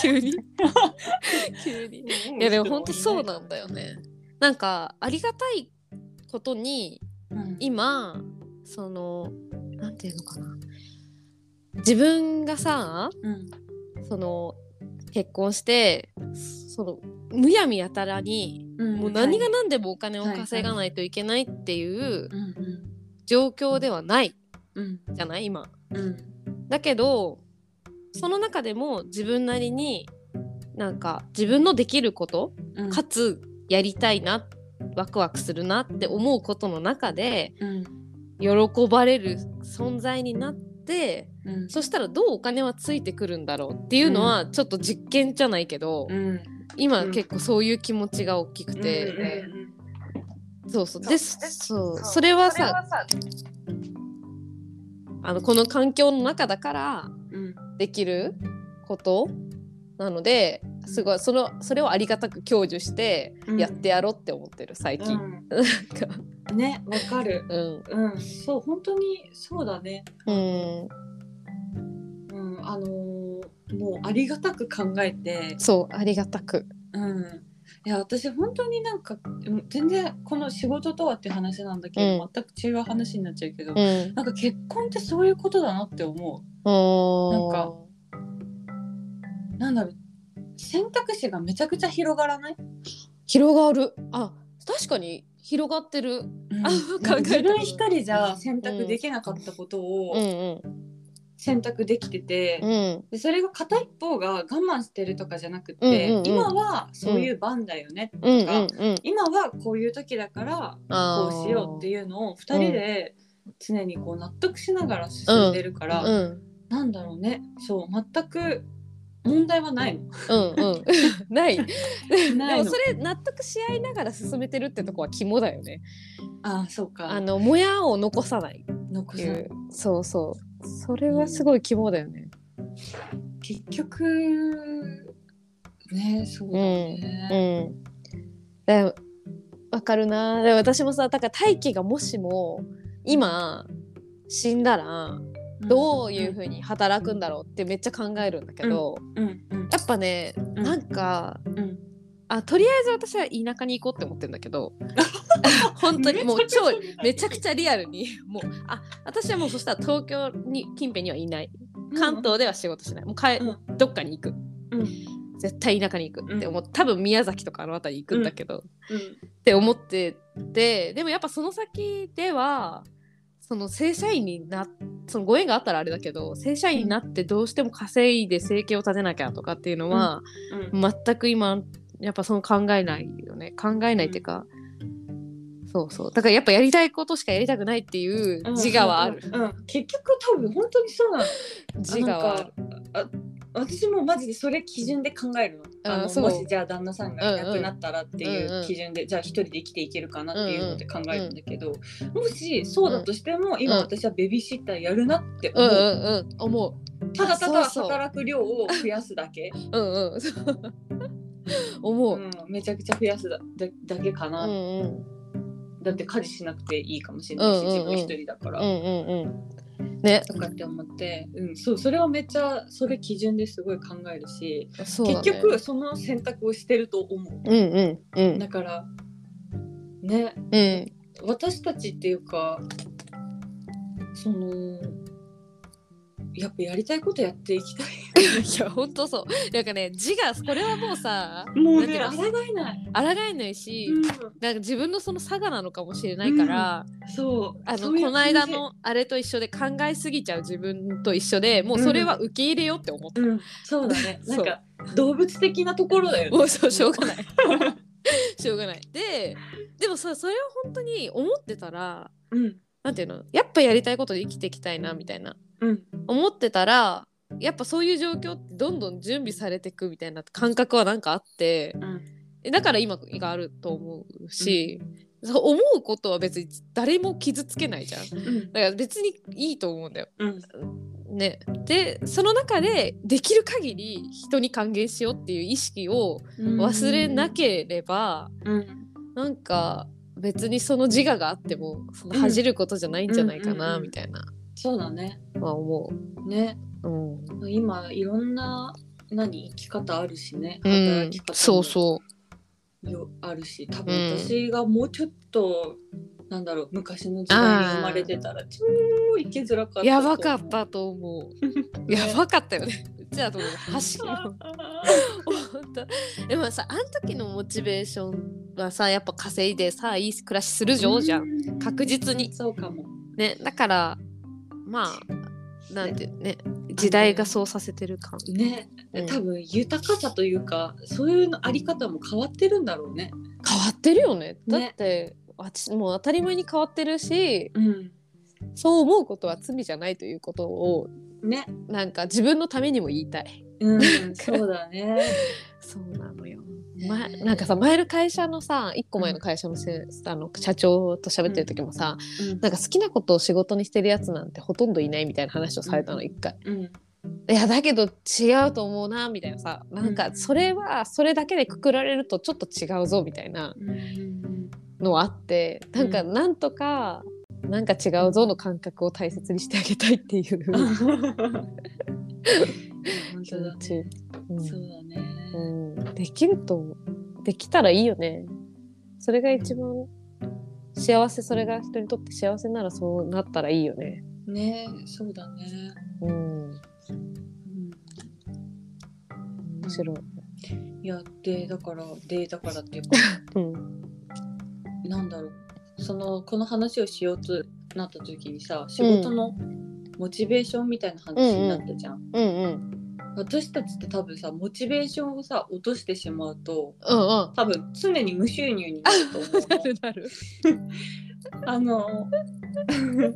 S1: 急に 急に いやでも本当そうなんだよねなんかありがたいことに
S2: うん
S1: 今そのなんていうのかな自分がさ
S2: うん
S1: その結婚してそのむやみやたらに
S2: うん
S1: もう何が何でもお金を稼がないといけないっていう
S2: うんうん
S1: 状況ではない
S2: うん
S1: じゃない今。
S2: うん
S1: だけどその中でも自分なりになんか自分のできること
S2: うん
S1: かつやりたいなワクワクするなって思うことの中で
S2: うん
S1: 喜ばれる存在になって
S2: うん
S1: そしたらどうお金はついてくるんだろうっていうのはちょっと実験じゃないけど、
S2: うん
S1: 今
S2: うん
S1: 結構そういう気持ちが大きく
S2: うんう
S1: て、
S2: んうん
S1: そうそう
S3: そう
S1: でそう
S3: そう
S1: それは
S3: それ
S1: さ
S3: はさ、
S1: あのこの環境の中だから
S2: うん
S1: できることなのですごいそのそれをありがたく享受して
S2: うん
S1: やってやろうって思ってる最近。
S2: うん、ねわかる
S1: うん
S2: うんそう本当にそうだね
S1: うん、
S2: うんあのーもうありがたく考えて
S1: そうありがたく。
S2: うんいや私本当になんかうん全然この仕事とはって話なんだけど、
S1: う
S2: 全く違う話になっちゃうけど、
S1: うん、
S2: なんか結婚ってそういうことだなって思
S1: なん
S2: かうなんだろう選択肢がめちゃくちゃ広がらない、
S1: 広がるあ確かに広がってる
S2: うん
S1: あ
S2: なんか
S1: 考えた
S2: 自分一人じゃ選択できなかったこと
S1: う
S2: を
S1: ん
S2: 選択できてて、
S1: うんうん
S2: でそれが片一方が我慢してるとかじゃなく
S1: う
S2: て、
S1: んうんうん
S2: 今はそういう番だよね、
S1: うんうんうん
S2: 今はこういう時だから
S1: あー
S2: こうしようっていうのを2人で常にこう納得しながら進んでるから、
S1: うんうん
S2: なんだろうねそう全く問題はないの。
S1: うん ない
S2: ない
S1: で
S2: の
S1: もそれ納得し合いながら進めてるってとこは肝だよね
S2: あーそうか
S1: あのもやを残さないっ
S2: 残
S1: て
S2: さ
S1: い
S2: な
S1: う
S2: い
S1: そうそうそれはすごい肝だよね
S2: 結局ねそうだ
S1: う
S2: ね。
S1: んだからわかるなでも私もさだから大輝がもしも今死んだらどういうふうに働くんだろうってめっちゃ考えるんだけど、
S2: うんうん
S1: やっぱね、
S2: うん
S1: なんか、
S2: ん
S1: あとりあえず私は田舎に行こうって思ってるんだけ ど本当にもう超めちゃくちゃリアルにもうあ私はもうそしたら東京に近辺にはいない関東では仕事しないもうかえ、
S2: う
S1: どっかに行く、
S2: うん
S1: 絶対田舎に行くって思う、多分宮崎とかあの辺り行くんだけど、
S2: うん
S1: って思っててでもやっぱその先ではその正社員になそのご縁があったらあれだけど正社員になってどうしても稼いで生計を立てなきゃとかっていうのは、
S2: うん
S1: 全く今やっぱその考えないよね考えないっていうか、そうそうだからやっぱやりたいことしかやりたくないっていう
S2: うん
S1: 自我はある、、
S2: うんうん結局多分本当にそうなの
S1: 自我はある
S2: なんかあ私もマジでそれ基準で考えるの,、あの
S1: そう
S2: もしじゃあ旦那さんがいなくなったらってい
S1: んうん
S2: う基準で、じゃあ一人で生きていけるかなっていうので考えるんだけど、もしそうだとしても、今私はベビーシッターやるなって
S1: うん
S2: 思
S1: う
S2: う、
S1: んうん思う
S2: ただただ
S1: そうそう
S2: 働く量を増やすだけ、
S1: うんうん 思
S2: う
S1: う、
S2: ん、めちゃくちゃ増やすだだだけか
S1: うん
S2: な、
S1: うん、
S2: だって家事しなくていいかもしれない
S1: うん
S2: し、
S1: うんうん
S2: 自分一人だから。
S1: うんうんうん。ね、
S2: とかって思って、うん、そうそれはめっちゃそれ基準ですごい考えるし、
S1: そうだね
S2: 結局、その選択をしてると思う
S1: うんうんうん
S2: だからね
S1: うん
S2: 私たちっていうかそのやっぱやりたいことやっていきたい
S1: いや本当そうなんかね自我これはもうさ
S2: も
S1: うね
S2: あらがえない、
S1: 抗えないし、
S2: う
S1: なんか自分のその差がなのかもしれないから、
S2: ん、そう
S1: あの
S2: そういう
S1: この間
S2: 感じ
S1: のあれと一緒で考えすぎちゃう自分と一緒でもうそれは受け入れようって思った、
S2: うん、そうだね
S1: そ
S2: な
S1: うん
S2: か動物的なところだよね
S1: もう そうしょうがないしょうがないででもさそれを本当に思ってたら
S2: うん
S1: なんていうのやっぱやりたいことで生きていきたいなみたいな
S2: うん
S1: 思ってたらやっぱそういう状況ってどんどん準備されてくみたいな感覚はなんかあって、
S2: うん
S1: えだから今があると思うし、そう思うことは別に誰も傷つけないじゃんだ
S2: うん
S1: から別にいいと思うんだよ。
S2: うん
S1: ね、でその中でできる限り人に還元しようっていう意識を忘れなければ、
S2: うん
S1: なんか別にその自我があってもその恥じることじゃないんじゃないかな
S2: うん
S1: みたいな
S2: そうだね
S1: は思
S2: ね
S1: う。うん
S2: 今いろんな何生き方あるしね
S1: う
S2: 働
S1: ん
S2: き方、、
S1: そうそう
S2: よあるし多
S1: う
S2: 分
S1: ん
S2: 私がもうちょっと、なんだろう昔の時代に生まれてたら超生きづらかった
S1: やばか ったと思う。
S2: ね
S1: やばかったよ ね。うちだと思う。走 る。
S2: あ
S1: 本当でもさ、あの時のモチベーションはさ、やっぱ稼いでさ、いい暮らしするじゃん。じゃん
S2: ん
S1: 確実に。
S2: そうかも
S1: ね、だから、まあ、なんていうね、時代がそうさせてる感。
S2: ね、
S1: うん
S2: 多分豊かさというかそういうのあり方も変わってるんだろうね
S1: 変わってるよね。だっ
S2: ね
S1: て、あちもう当たり前に変わってるし、
S2: うん
S1: そう思うことは罪じゃないということを、
S2: ね
S1: なんか自分のためにも言いたい。
S2: うんそうだね
S1: そうなのよ。
S2: ね
S1: ま、なんかさ前の会社のさ1個前の会社のせ、あの社長と喋ってる時もさ、
S2: うん
S1: なんか好きなことを仕事にしてるやつなんてほとんどいないみたいな話をされた
S2: う
S1: の
S2: ん
S1: 一回、
S2: うん
S1: いやだけど違うと思うなみたいなさなんか
S2: うん
S1: それはそれだけでくくられるとちょっと違うぞみたいな
S2: うん うん
S1: のはあってなんか
S2: うん
S1: なんとか、なんか違うぞの感覚を大切にしてあげたいっていう
S2: うん
S1: 気
S2: 本当だ
S1: 持ち、うん
S2: そうだね、
S1: うん、できると思うできたらいいよねそれが一番幸せそれが人にとって幸せならそうなったらいいよね
S2: ねそうだね、
S1: うん
S2: うん
S1: 面白い
S2: いやでだからでだから っていうか
S1: うん
S2: なんだろうそのこの話をしようとなった時にさ仕事のモチベーションみたいな話になったじゃん、
S1: うんうん
S2: 私たちって多分さモチベーションをさ落としてしまうと
S1: うんうん
S2: 多分常に無収入になると思う
S1: な るなる
S2: のあ の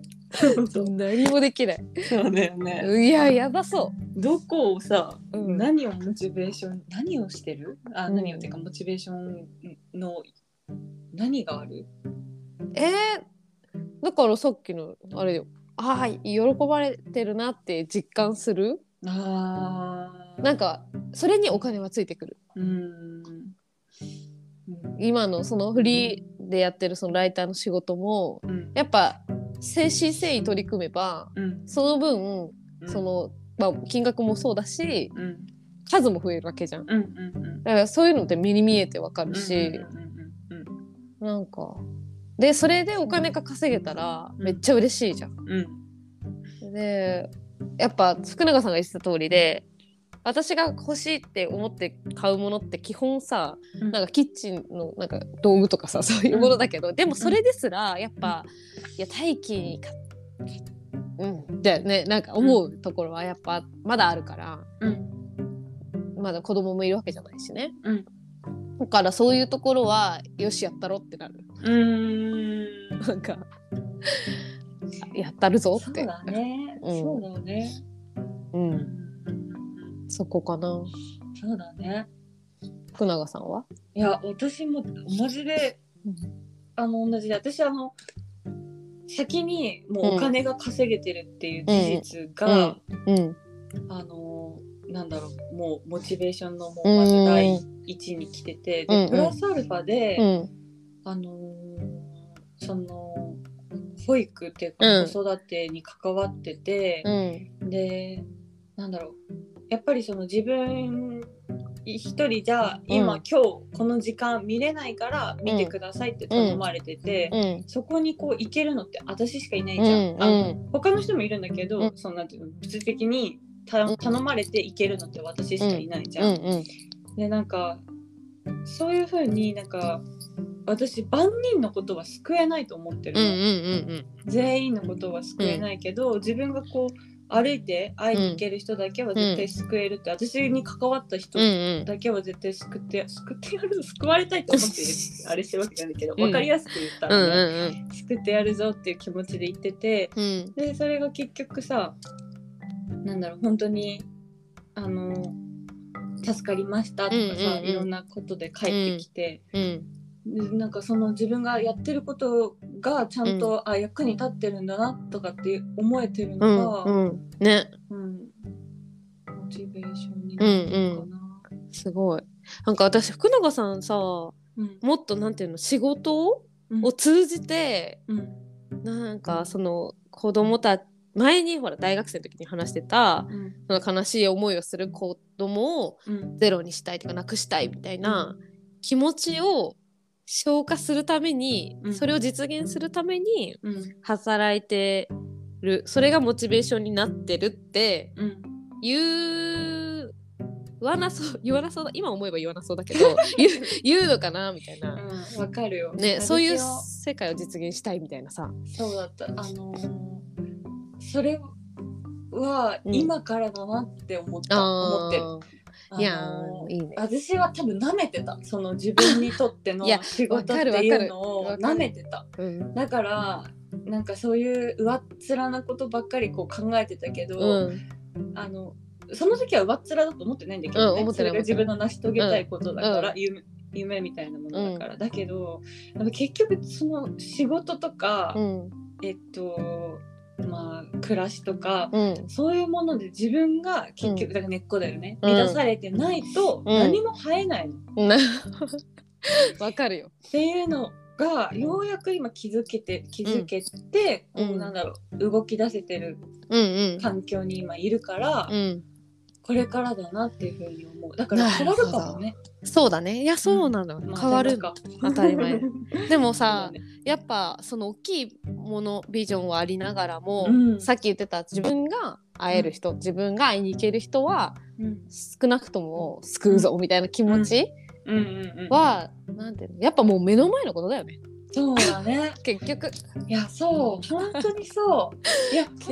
S1: 何もできない
S2: そうだよね
S1: いややばそ
S2: どこをさ、
S1: うん
S2: 何をモチベーション何をしてるあ
S1: うん
S2: 何をっていうかモチベーションの何がある
S1: うえー、だからさっきのあれよあー喜ばれてるなって実感する
S2: あー
S1: なんかそれにお金はついてくる
S2: うーん
S1: 今のそのフリーでやってるそのライターの仕事も
S2: うん
S1: やっぱ誠心誠意取り組めば
S2: うん
S1: その分
S2: うん
S1: その、まあ、金額もそうだし
S2: うん
S1: 数も増えるわけじゃん。
S2: うんうんうん
S1: だからそういうのって目に見えてわかるし、
S2: うんうんうん
S1: なんかでそれでお金が稼げたらめっちゃ嬉しいじゃん。
S2: うん
S1: でやっぱ福永さんが言ってた通りで私が欲しいって思って買うものって基本さ
S2: うん
S1: なんかキッチンのなんか道具とかさそういうものだけどでもそれですらやっぱいや大気に買っうんだよねなんか思うところはやっぱまだあるから。
S2: うん
S1: まだ子供もいるわけじゃないしね、
S2: うん
S1: だからそういうところはよしやったろってなる
S2: うーん
S1: なんかやったるぞ
S2: そ
S1: っ
S2: う
S1: て
S2: だね、
S1: うん
S2: そうだよね、
S1: う、
S2: うんん、
S1: そこかな
S2: そうだね
S1: 福永さんはい
S2: や私もマジであの同じで私あの先にもうお金が稼げてるっていう事実が、
S1: うん
S2: あのなんだろうもうモチベーションのも
S1: う
S2: うまず第
S1: ん
S2: 一に来てて、
S1: うん
S2: で
S1: うん
S2: プラスアルファで、
S1: うん
S2: あのーその保育っていう
S1: う
S2: か
S1: ん
S2: 子育てに関わってて、
S1: うん
S2: でなんだろうやっぱりその自分一人じゃ今、
S1: うん
S2: 今日この時間見れないから見てくださいって頼まれてて、
S1: うん
S2: そこにこう行けるのって私しかいないじ
S1: う
S2: ゃん。
S1: ん
S2: あの他の人もいるんだけど、
S1: うん
S2: そのなんていうの物理的にた頼まれて行けるのって私しかいないじゃ
S1: うんうん
S2: でなんかそういう風になんか私万人のことは救えないと思ってる
S1: う
S2: の、
S1: ん
S2: 全員のことは救えないけど、自分がこう歩いて会いに行ける人だけは絶対救えるって、私に関わった人
S1: うんうん
S2: だけは絶対救って救ってやる救われたいと思って
S1: うん
S2: あれしてるわけじゃないけど
S1: うん
S2: 分かりやすく言った
S1: うん
S2: ら、ね
S1: うん
S2: 救ってやるぞっていう気持ちで言ってて
S1: うん
S2: でそれが結局さなんだろう本当にあの助かりましたとかさ、
S1: うんうんうん
S2: いろんなことで帰ってきて、
S1: うん
S2: でなんかその自分がやってることがちゃんと、あ役に立ってるんだなとかって思えてる
S1: う
S2: の
S1: ん
S2: が、
S1: うんね
S2: うんモチベーションになるのかな。
S1: すごいなんか私福永さんさも
S2: うん
S1: っとなんていうの仕事
S2: うん
S1: を通じて
S2: うん
S1: なんかその子供た前にほら大学生の時に話してた
S2: うん
S1: その悲しい思いをする子供を
S2: うん
S1: ゼロにしたいとかなくしたいみたいな気持ちを消化するために、
S2: うん
S1: それを実現するために
S2: うん
S1: 働いてるそれがモチベーションになってるって
S2: うん
S1: 言う言わなそう言わなそうだ今思えば言わなそうだけ ど言う言うのかなみたいな、
S2: うんわかるよ。
S1: ね、そういう
S2: 私は
S1: 世界を実現したいみたいなさ。
S2: そうだった。あのーそれは
S1: うん
S2: 今からだなって思った、思ってる。
S1: あーいや
S2: あの
S1: ー
S2: ー
S1: いいね。
S2: 私は多分舐めてたその自分にとって の
S1: いや
S2: 仕事っていうのを
S1: わかるわかる
S2: 舐めてた
S1: うん
S2: だからなんかそういう上っ面なことばっかりこう考えてたけど、
S1: うん
S2: あのその時は上っ面だと思ってないんだけどね、
S1: うん思ってな
S2: それ
S1: い
S2: が自分の成し遂げたいことだから、
S1: う
S2: 夢夢みたいなものだから、だけどやっぱ結局その仕事とか、
S1: うん
S2: えっとまあ暮らしとか、
S1: うん
S2: そういうもので自分が結局、
S1: う
S2: だから根っこだよね、
S1: うん
S2: 満たされてない
S1: う
S2: と
S1: ん
S2: 何も生えないの、っ
S1: なわかるよ。
S2: ていうのがようやく今気づけて気づけて、
S1: うん
S2: こ
S1: う
S2: うんなんだろう動き出せてる
S1: うんうん。
S2: 環境に今いるから、
S1: うん、
S2: これからだなっていうふうに思うだから
S1: なる
S2: 変わ
S1: ほど
S2: るかもね、
S1: そうだね。いや、そうなの。
S2: まあ
S1: 変わる。
S2: か
S1: 当たり 前でも
S2: さ
S1: さ、やっぱその大きいものビジョンはありながらも、
S2: うん
S1: さっき言ってた自分が会える人、自分が会いに行ける人は
S2: うん
S1: 少なくとも救うぞみたいな気持ち
S2: うんうんうん
S1: は、なんていうのやっぱもう目の前のことだよね。
S2: そうだね
S1: 結局
S2: いやそう本当にそう いや
S1: 結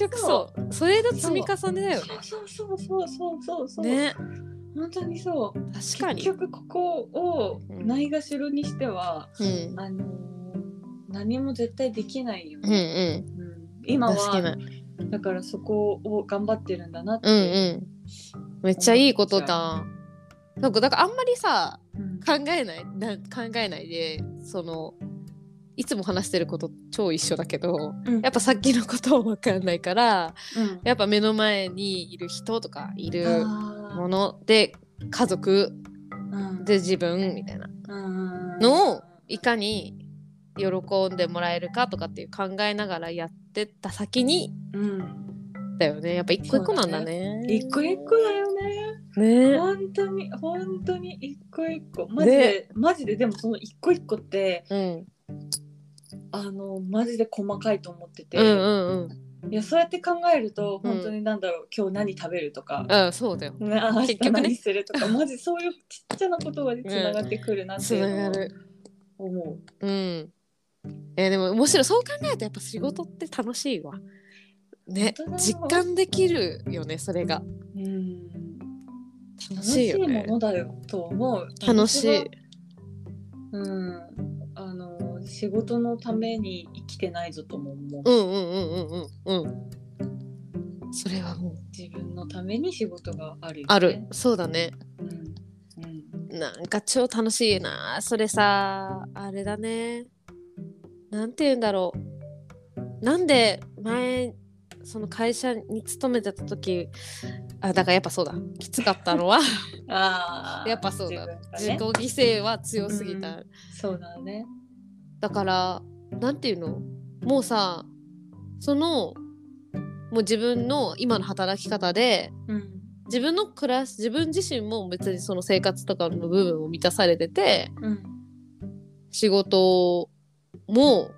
S1: 局そうそれの積み重ねだよね。
S2: そうそうそうそうそうそう、
S1: ね
S2: 本当にそう
S1: 確か
S2: 結
S1: に。
S2: 局ここを
S1: うん
S2: ないがしろにしては、
S1: うん
S2: あのー何も絶対できないよ
S1: うんう
S2: ね、
S1: ん。
S2: うん今
S1: 確か
S2: は
S1: に。
S2: だからそこを頑張ってるんだなって
S1: うん
S2: いう、
S1: うん。めっちゃいいことだ。なんかだからあんまりさ
S2: うん
S1: 考えないな考えないでそのいつも話してること超一緒だけど
S2: うん
S1: やっぱさっきのことを分かんないから
S2: うん
S1: やっぱ目の前にいる人とかいる
S2: あ
S1: もので家族
S2: ーうん
S1: で自分みたいな
S2: うん
S1: のをいかに喜んでもらえるかとかっていう考えながらやってった先に
S2: うん
S1: だよねやっぱ一個一個なんだね。
S2: 一個一個だよね
S1: ね
S2: 本当に本当に一個一個マジで、マジででもその一個一個って
S1: うん
S2: あのマジで細かいと思ってて、
S1: うんうん
S2: いやそうやって考えると
S1: うん
S2: 本当になんだろう、今日何食べるとか、
S1: うんうんそうだよ
S2: ねあ明
S1: 結
S2: 日
S1: 局ね
S2: 何するとか、マジそういうちっちゃなことがつながってくるなって
S1: つ
S2: い
S1: なが
S2: うのを
S1: る
S2: 思
S1: う
S2: う、
S1: んえーでも面白いそう考えるとやっぱ仕事って楽しいわね
S2: 本当だよ
S1: 実感できるよねそれが
S2: うん
S1: 楽
S2: 楽
S1: し
S2: し
S1: い
S2: い
S1: よ
S2: も
S1: ね
S2: のだよと思う
S1: 楽しい
S2: うんあの仕事のために生きてないぞとも思う、
S1: うんうんうんうんうんうんそれはもう
S2: 自分のために仕事があるよね
S1: あるそうだね
S2: うんうん
S1: なんか超楽しいなそれさあれだねなんて言うんだろうなんで前その会社に勤めてた時あだからやっぱそうだきつかったの は
S2: あー
S1: やっぱそうだ自己
S2: 自分がね
S1: 犠牲は強すぎた、
S2: そうだね
S1: だからなんていうのもうさそのもう自分の今の働き方で
S2: うん
S1: 自分の暮らし自分自身も別にその生活とかの部分を満たされてて
S2: うん
S1: 仕事も
S2: うん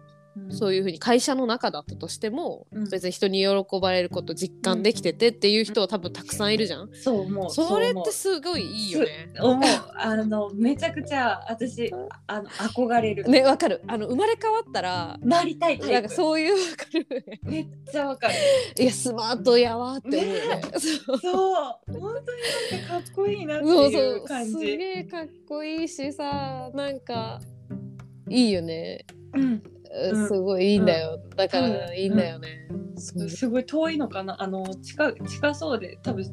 S1: そういうふうに会社の中だったとしても、
S2: うん
S1: 別に人に喜ばれること実感できててっていう人は多分たくさんいるじゃん。
S2: そう思う
S1: それ
S2: う思
S1: っ
S2: う
S1: てすごいいいよね。
S2: 思うあのめちゃくちゃ私あの憧れる、
S1: ねわかる。あの生まれ変わったら
S2: なりたいタ
S1: な
S2: イ
S1: んか
S2: プ
S1: そういうわかる。
S2: めっちゃわかる
S1: いやスマートやわって思うよね。そう
S2: そう本当になんかかっこいいなって
S1: そう
S2: い
S1: そう
S2: う感じ
S1: すげえかっこいいしさなんかいいよね。
S2: うんうん
S1: すごいいいんだよ。だから
S2: うん
S1: いいんだよね。そう
S2: すごい遠いのかなあの近近そうで多分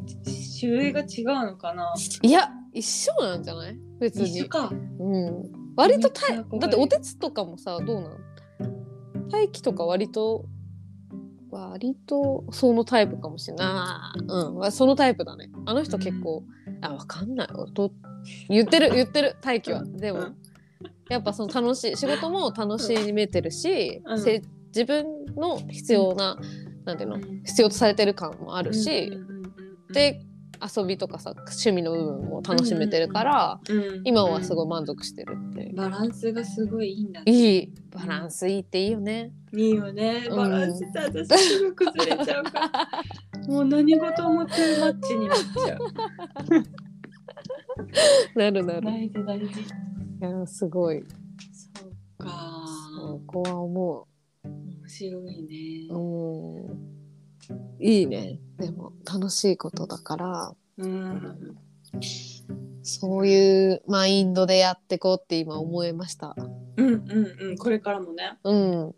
S2: 種類が違うのかない
S1: や一緒なんじゃない別
S2: 一緒
S1: に。
S2: か
S1: うん、割と
S2: め
S1: た
S2: っちゃ憧れる
S1: だってお手つとかもさどうなの大気とか割と割とそのタイプかもしれないあーうんそのタイプだねあの人結構、あわかんない音言ってる言ってる大気はで
S2: う
S1: も
S2: ん
S1: やっぱその楽しい仕事も楽しめてるし、
S2: うん
S1: せ自分の必要な、なんていうの
S2: うん
S1: 必要とされてる感もあるし、
S2: うんうんうんうん、
S1: で遊びとかさ趣味の部分も楽しめてるから、
S2: うん
S1: 今はすご
S2: い
S1: い満足してるっていう、
S2: バランスがすごいいいんだね
S1: いいバランスいいっていいよね
S2: いいよね
S1: うん
S2: バランスって私すぐ崩れちゃう からもう何事もトゥーマッチになっちゃう
S1: なるなる
S2: 大事大事
S1: いやすごい
S2: そうか
S1: そこは思
S2: 面白いうね
S1: うんいいねでも楽しいことだから
S2: うん
S1: そういうマインドでやってこうって今思いました
S2: うんうんうんこれからもね
S1: うん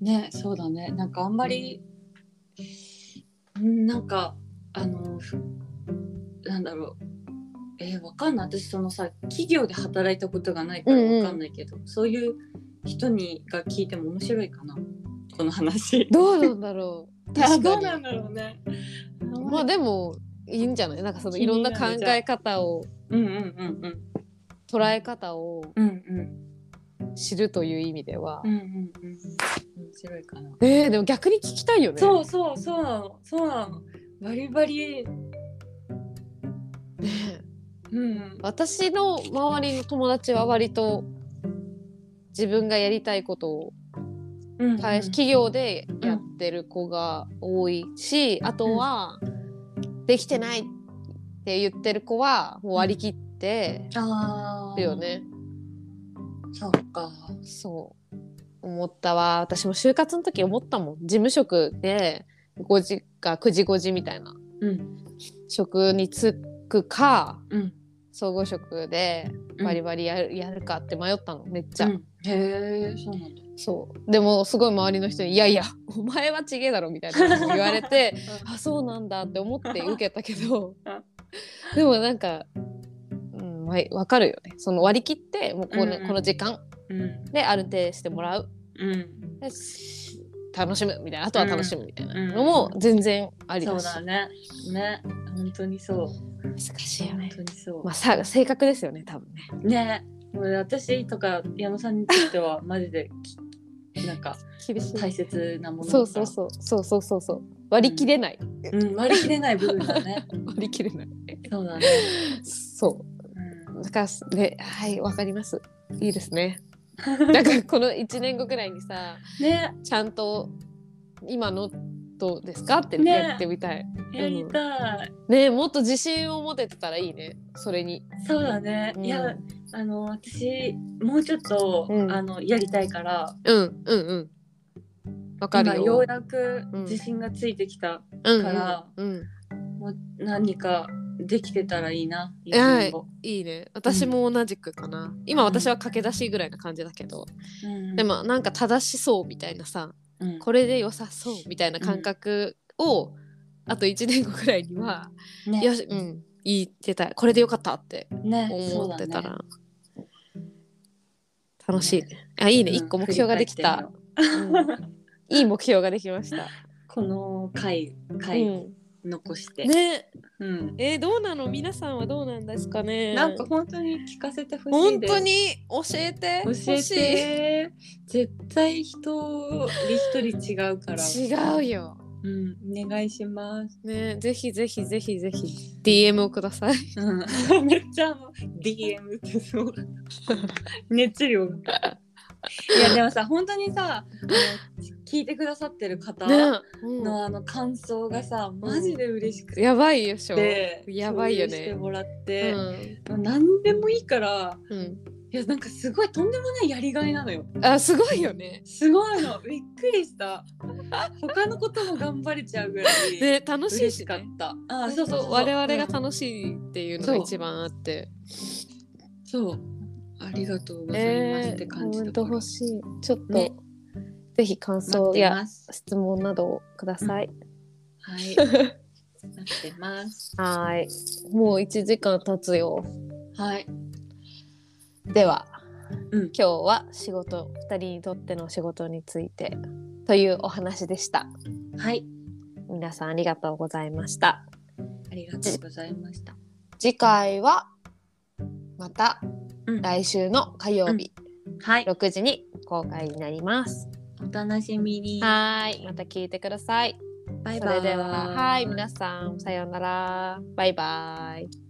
S2: ねそうだねなんかあんまりうんなんかあのふなんだろうえー、わかんない私そのさ企業で働いたことがないから
S1: うんうん
S2: わかんないけど、そういう人にが聞いても面白いかなこの話
S1: どうなんだろ う
S2: いや
S1: 確
S2: どう
S1: か
S2: なん
S1: に
S2: だろうね
S1: まあでもいいんじゃないなんかそのいろんな考え方を
S2: うんうんうんうん
S1: 捉え方を
S2: うんうん
S1: 知るという意味では
S2: う、んうんうん面白いかな
S1: えーでも逆に聞きたいよね
S2: そうそうそうなのそうなのバリバリ
S1: ねえ
S2: うん
S1: 私の周りの友達は割と自分がやりたいことを
S2: うん
S1: 会企業でやってる子が多いし、あとはできてないって言ってる子はもう割り切って
S2: ああ
S1: るよね。
S2: そうか
S1: そう思ったわ私も就活の時思ったもん事務職で5時か9時5時みたいな
S2: うん
S1: 職に就くか
S2: うん
S1: 総合職でバリバリやる,、やるかって迷ったのめっちゃ。
S2: うんへえそうなんだ
S1: そうでもすごい周りの人に「いやいやお前はちげえだろ」みたいなこと言われ てあそうなんだって思って受けたけど
S2: うん
S1: でもなんか、うん、わわかるよねその割り切ってもうこの,、
S2: うんうん
S1: この時間
S2: うん
S1: で安定してもらう
S2: うん
S1: でし楽しむみたいなあとは楽しむみたいなの
S2: うん
S1: も全然あり
S2: そう
S1: だし、
S2: だねね本当にそう
S1: 難しいよ
S2: 本
S1: ね、
S2: 当にそう
S1: まあ、さ性格ですよね多分ね
S2: ねもう私とか矢野さんにとってはマジできなんか
S1: 厳しい
S2: 大切なものだ
S1: そう
S2: か
S1: そう
S2: ら
S1: そうそうそうそうそう割り切れない、
S2: うん、割り切れない部分だね。
S1: 割り切れない
S2: そうだね。
S1: そう
S2: うん
S1: だからねはいわかりますいいですねなんかこの1年後くらいにさ
S2: ね、
S1: ちゃんと今のどうですかって
S2: ね
S1: やってみたい
S2: やりたい。
S1: ねえもっと自信を持ててたらいいねそれに
S2: そうだね。
S1: うん
S2: いや、あの、私、もうちょっと、
S1: うん
S2: あの、やりたいから。
S1: うんうんうんわか
S2: 今
S1: るよ
S2: ようやく
S1: うん
S2: 自信がついてきた。
S1: うん
S2: から
S1: うんうん
S2: もう何かできてたらいいな。一
S1: はい
S2: 年後
S1: いいね私も同じくかな、今私は駆け出しぐらいな感じだけど、
S2: うん
S1: でもなんか正しそうみたいなさ
S2: うん
S1: これで良さそうみたいな感覚を、あと1年後くらいには、よ
S2: ね、
S1: しうん言ってたいこれでよかったって
S2: ね、そう
S1: 思
S2: だ
S1: ってたら、
S2: ね
S1: 楽しいねあいいね
S2: うん
S1: 1個目標ができた、うんいい目標ができました、
S2: この回回
S1: うん
S2: 残して、
S1: ね
S2: うん、
S1: えーどうなの皆さんはどうなんですかね
S2: なんか本当に聞かせてほしい
S1: 本
S2: です
S1: 当に教えて
S2: 教
S1: ほしい
S2: えて絶対人一人違うから、
S1: 違うよ
S2: うん、お願いします、
S1: ねぜひぜひぜひぜひ DM をください
S2: うん、 めっちゃあの DM ってすごい 熱量がい やでもさ本当にさあの聞いてくださってる方
S1: ね
S2: の、
S1: う
S2: あの感想がさマジで嬉しく
S1: ん
S2: て、
S1: やばいよしょや
S2: や
S1: ば
S2: ば
S1: い
S2: い
S1: よ
S2: よ
S1: ね
S2: ねしてもらっ
S1: う
S2: て、
S1: ん
S2: 何でもいいから
S1: うん
S2: いやなんかすごいとんでもないやりがいなのよ
S1: あすごいよね
S2: すごいのびっくりした他のことも頑張れちゃうぐらい
S1: で楽しい
S2: 嬉
S1: し
S2: し
S1: ね、
S2: かったあそうそうそう
S1: 我々が
S2: うん
S1: 楽しいっていうのが一番あって、
S2: そうありがとうございます
S1: え
S2: って
S1: ー、コ
S2: 感じ
S1: メ
S2: だ
S1: ン
S2: か
S1: ト
S2: ら
S1: 欲しいちょっと、
S2: ね
S1: ぜひ感
S2: 待っ
S1: 想
S2: て
S1: や
S2: ます
S1: 質問などをください、
S2: はい待ってます
S1: はーいもう1時間経つよ
S2: はい
S1: では、
S2: うん
S1: 今日は仕事2人にとっての仕事についてというお話でした
S2: はい
S1: 皆さんありがとうございました
S2: ありがとうございました
S1: 次回はまた
S2: うん
S1: 来週の火曜日
S2: はい
S1: 6時に公開になります、
S2: お楽しみに
S1: はーいまた聞いてください
S2: バイ
S1: そ
S2: バイ
S1: れでは、はい、皆さん、さようなら。バイバイ。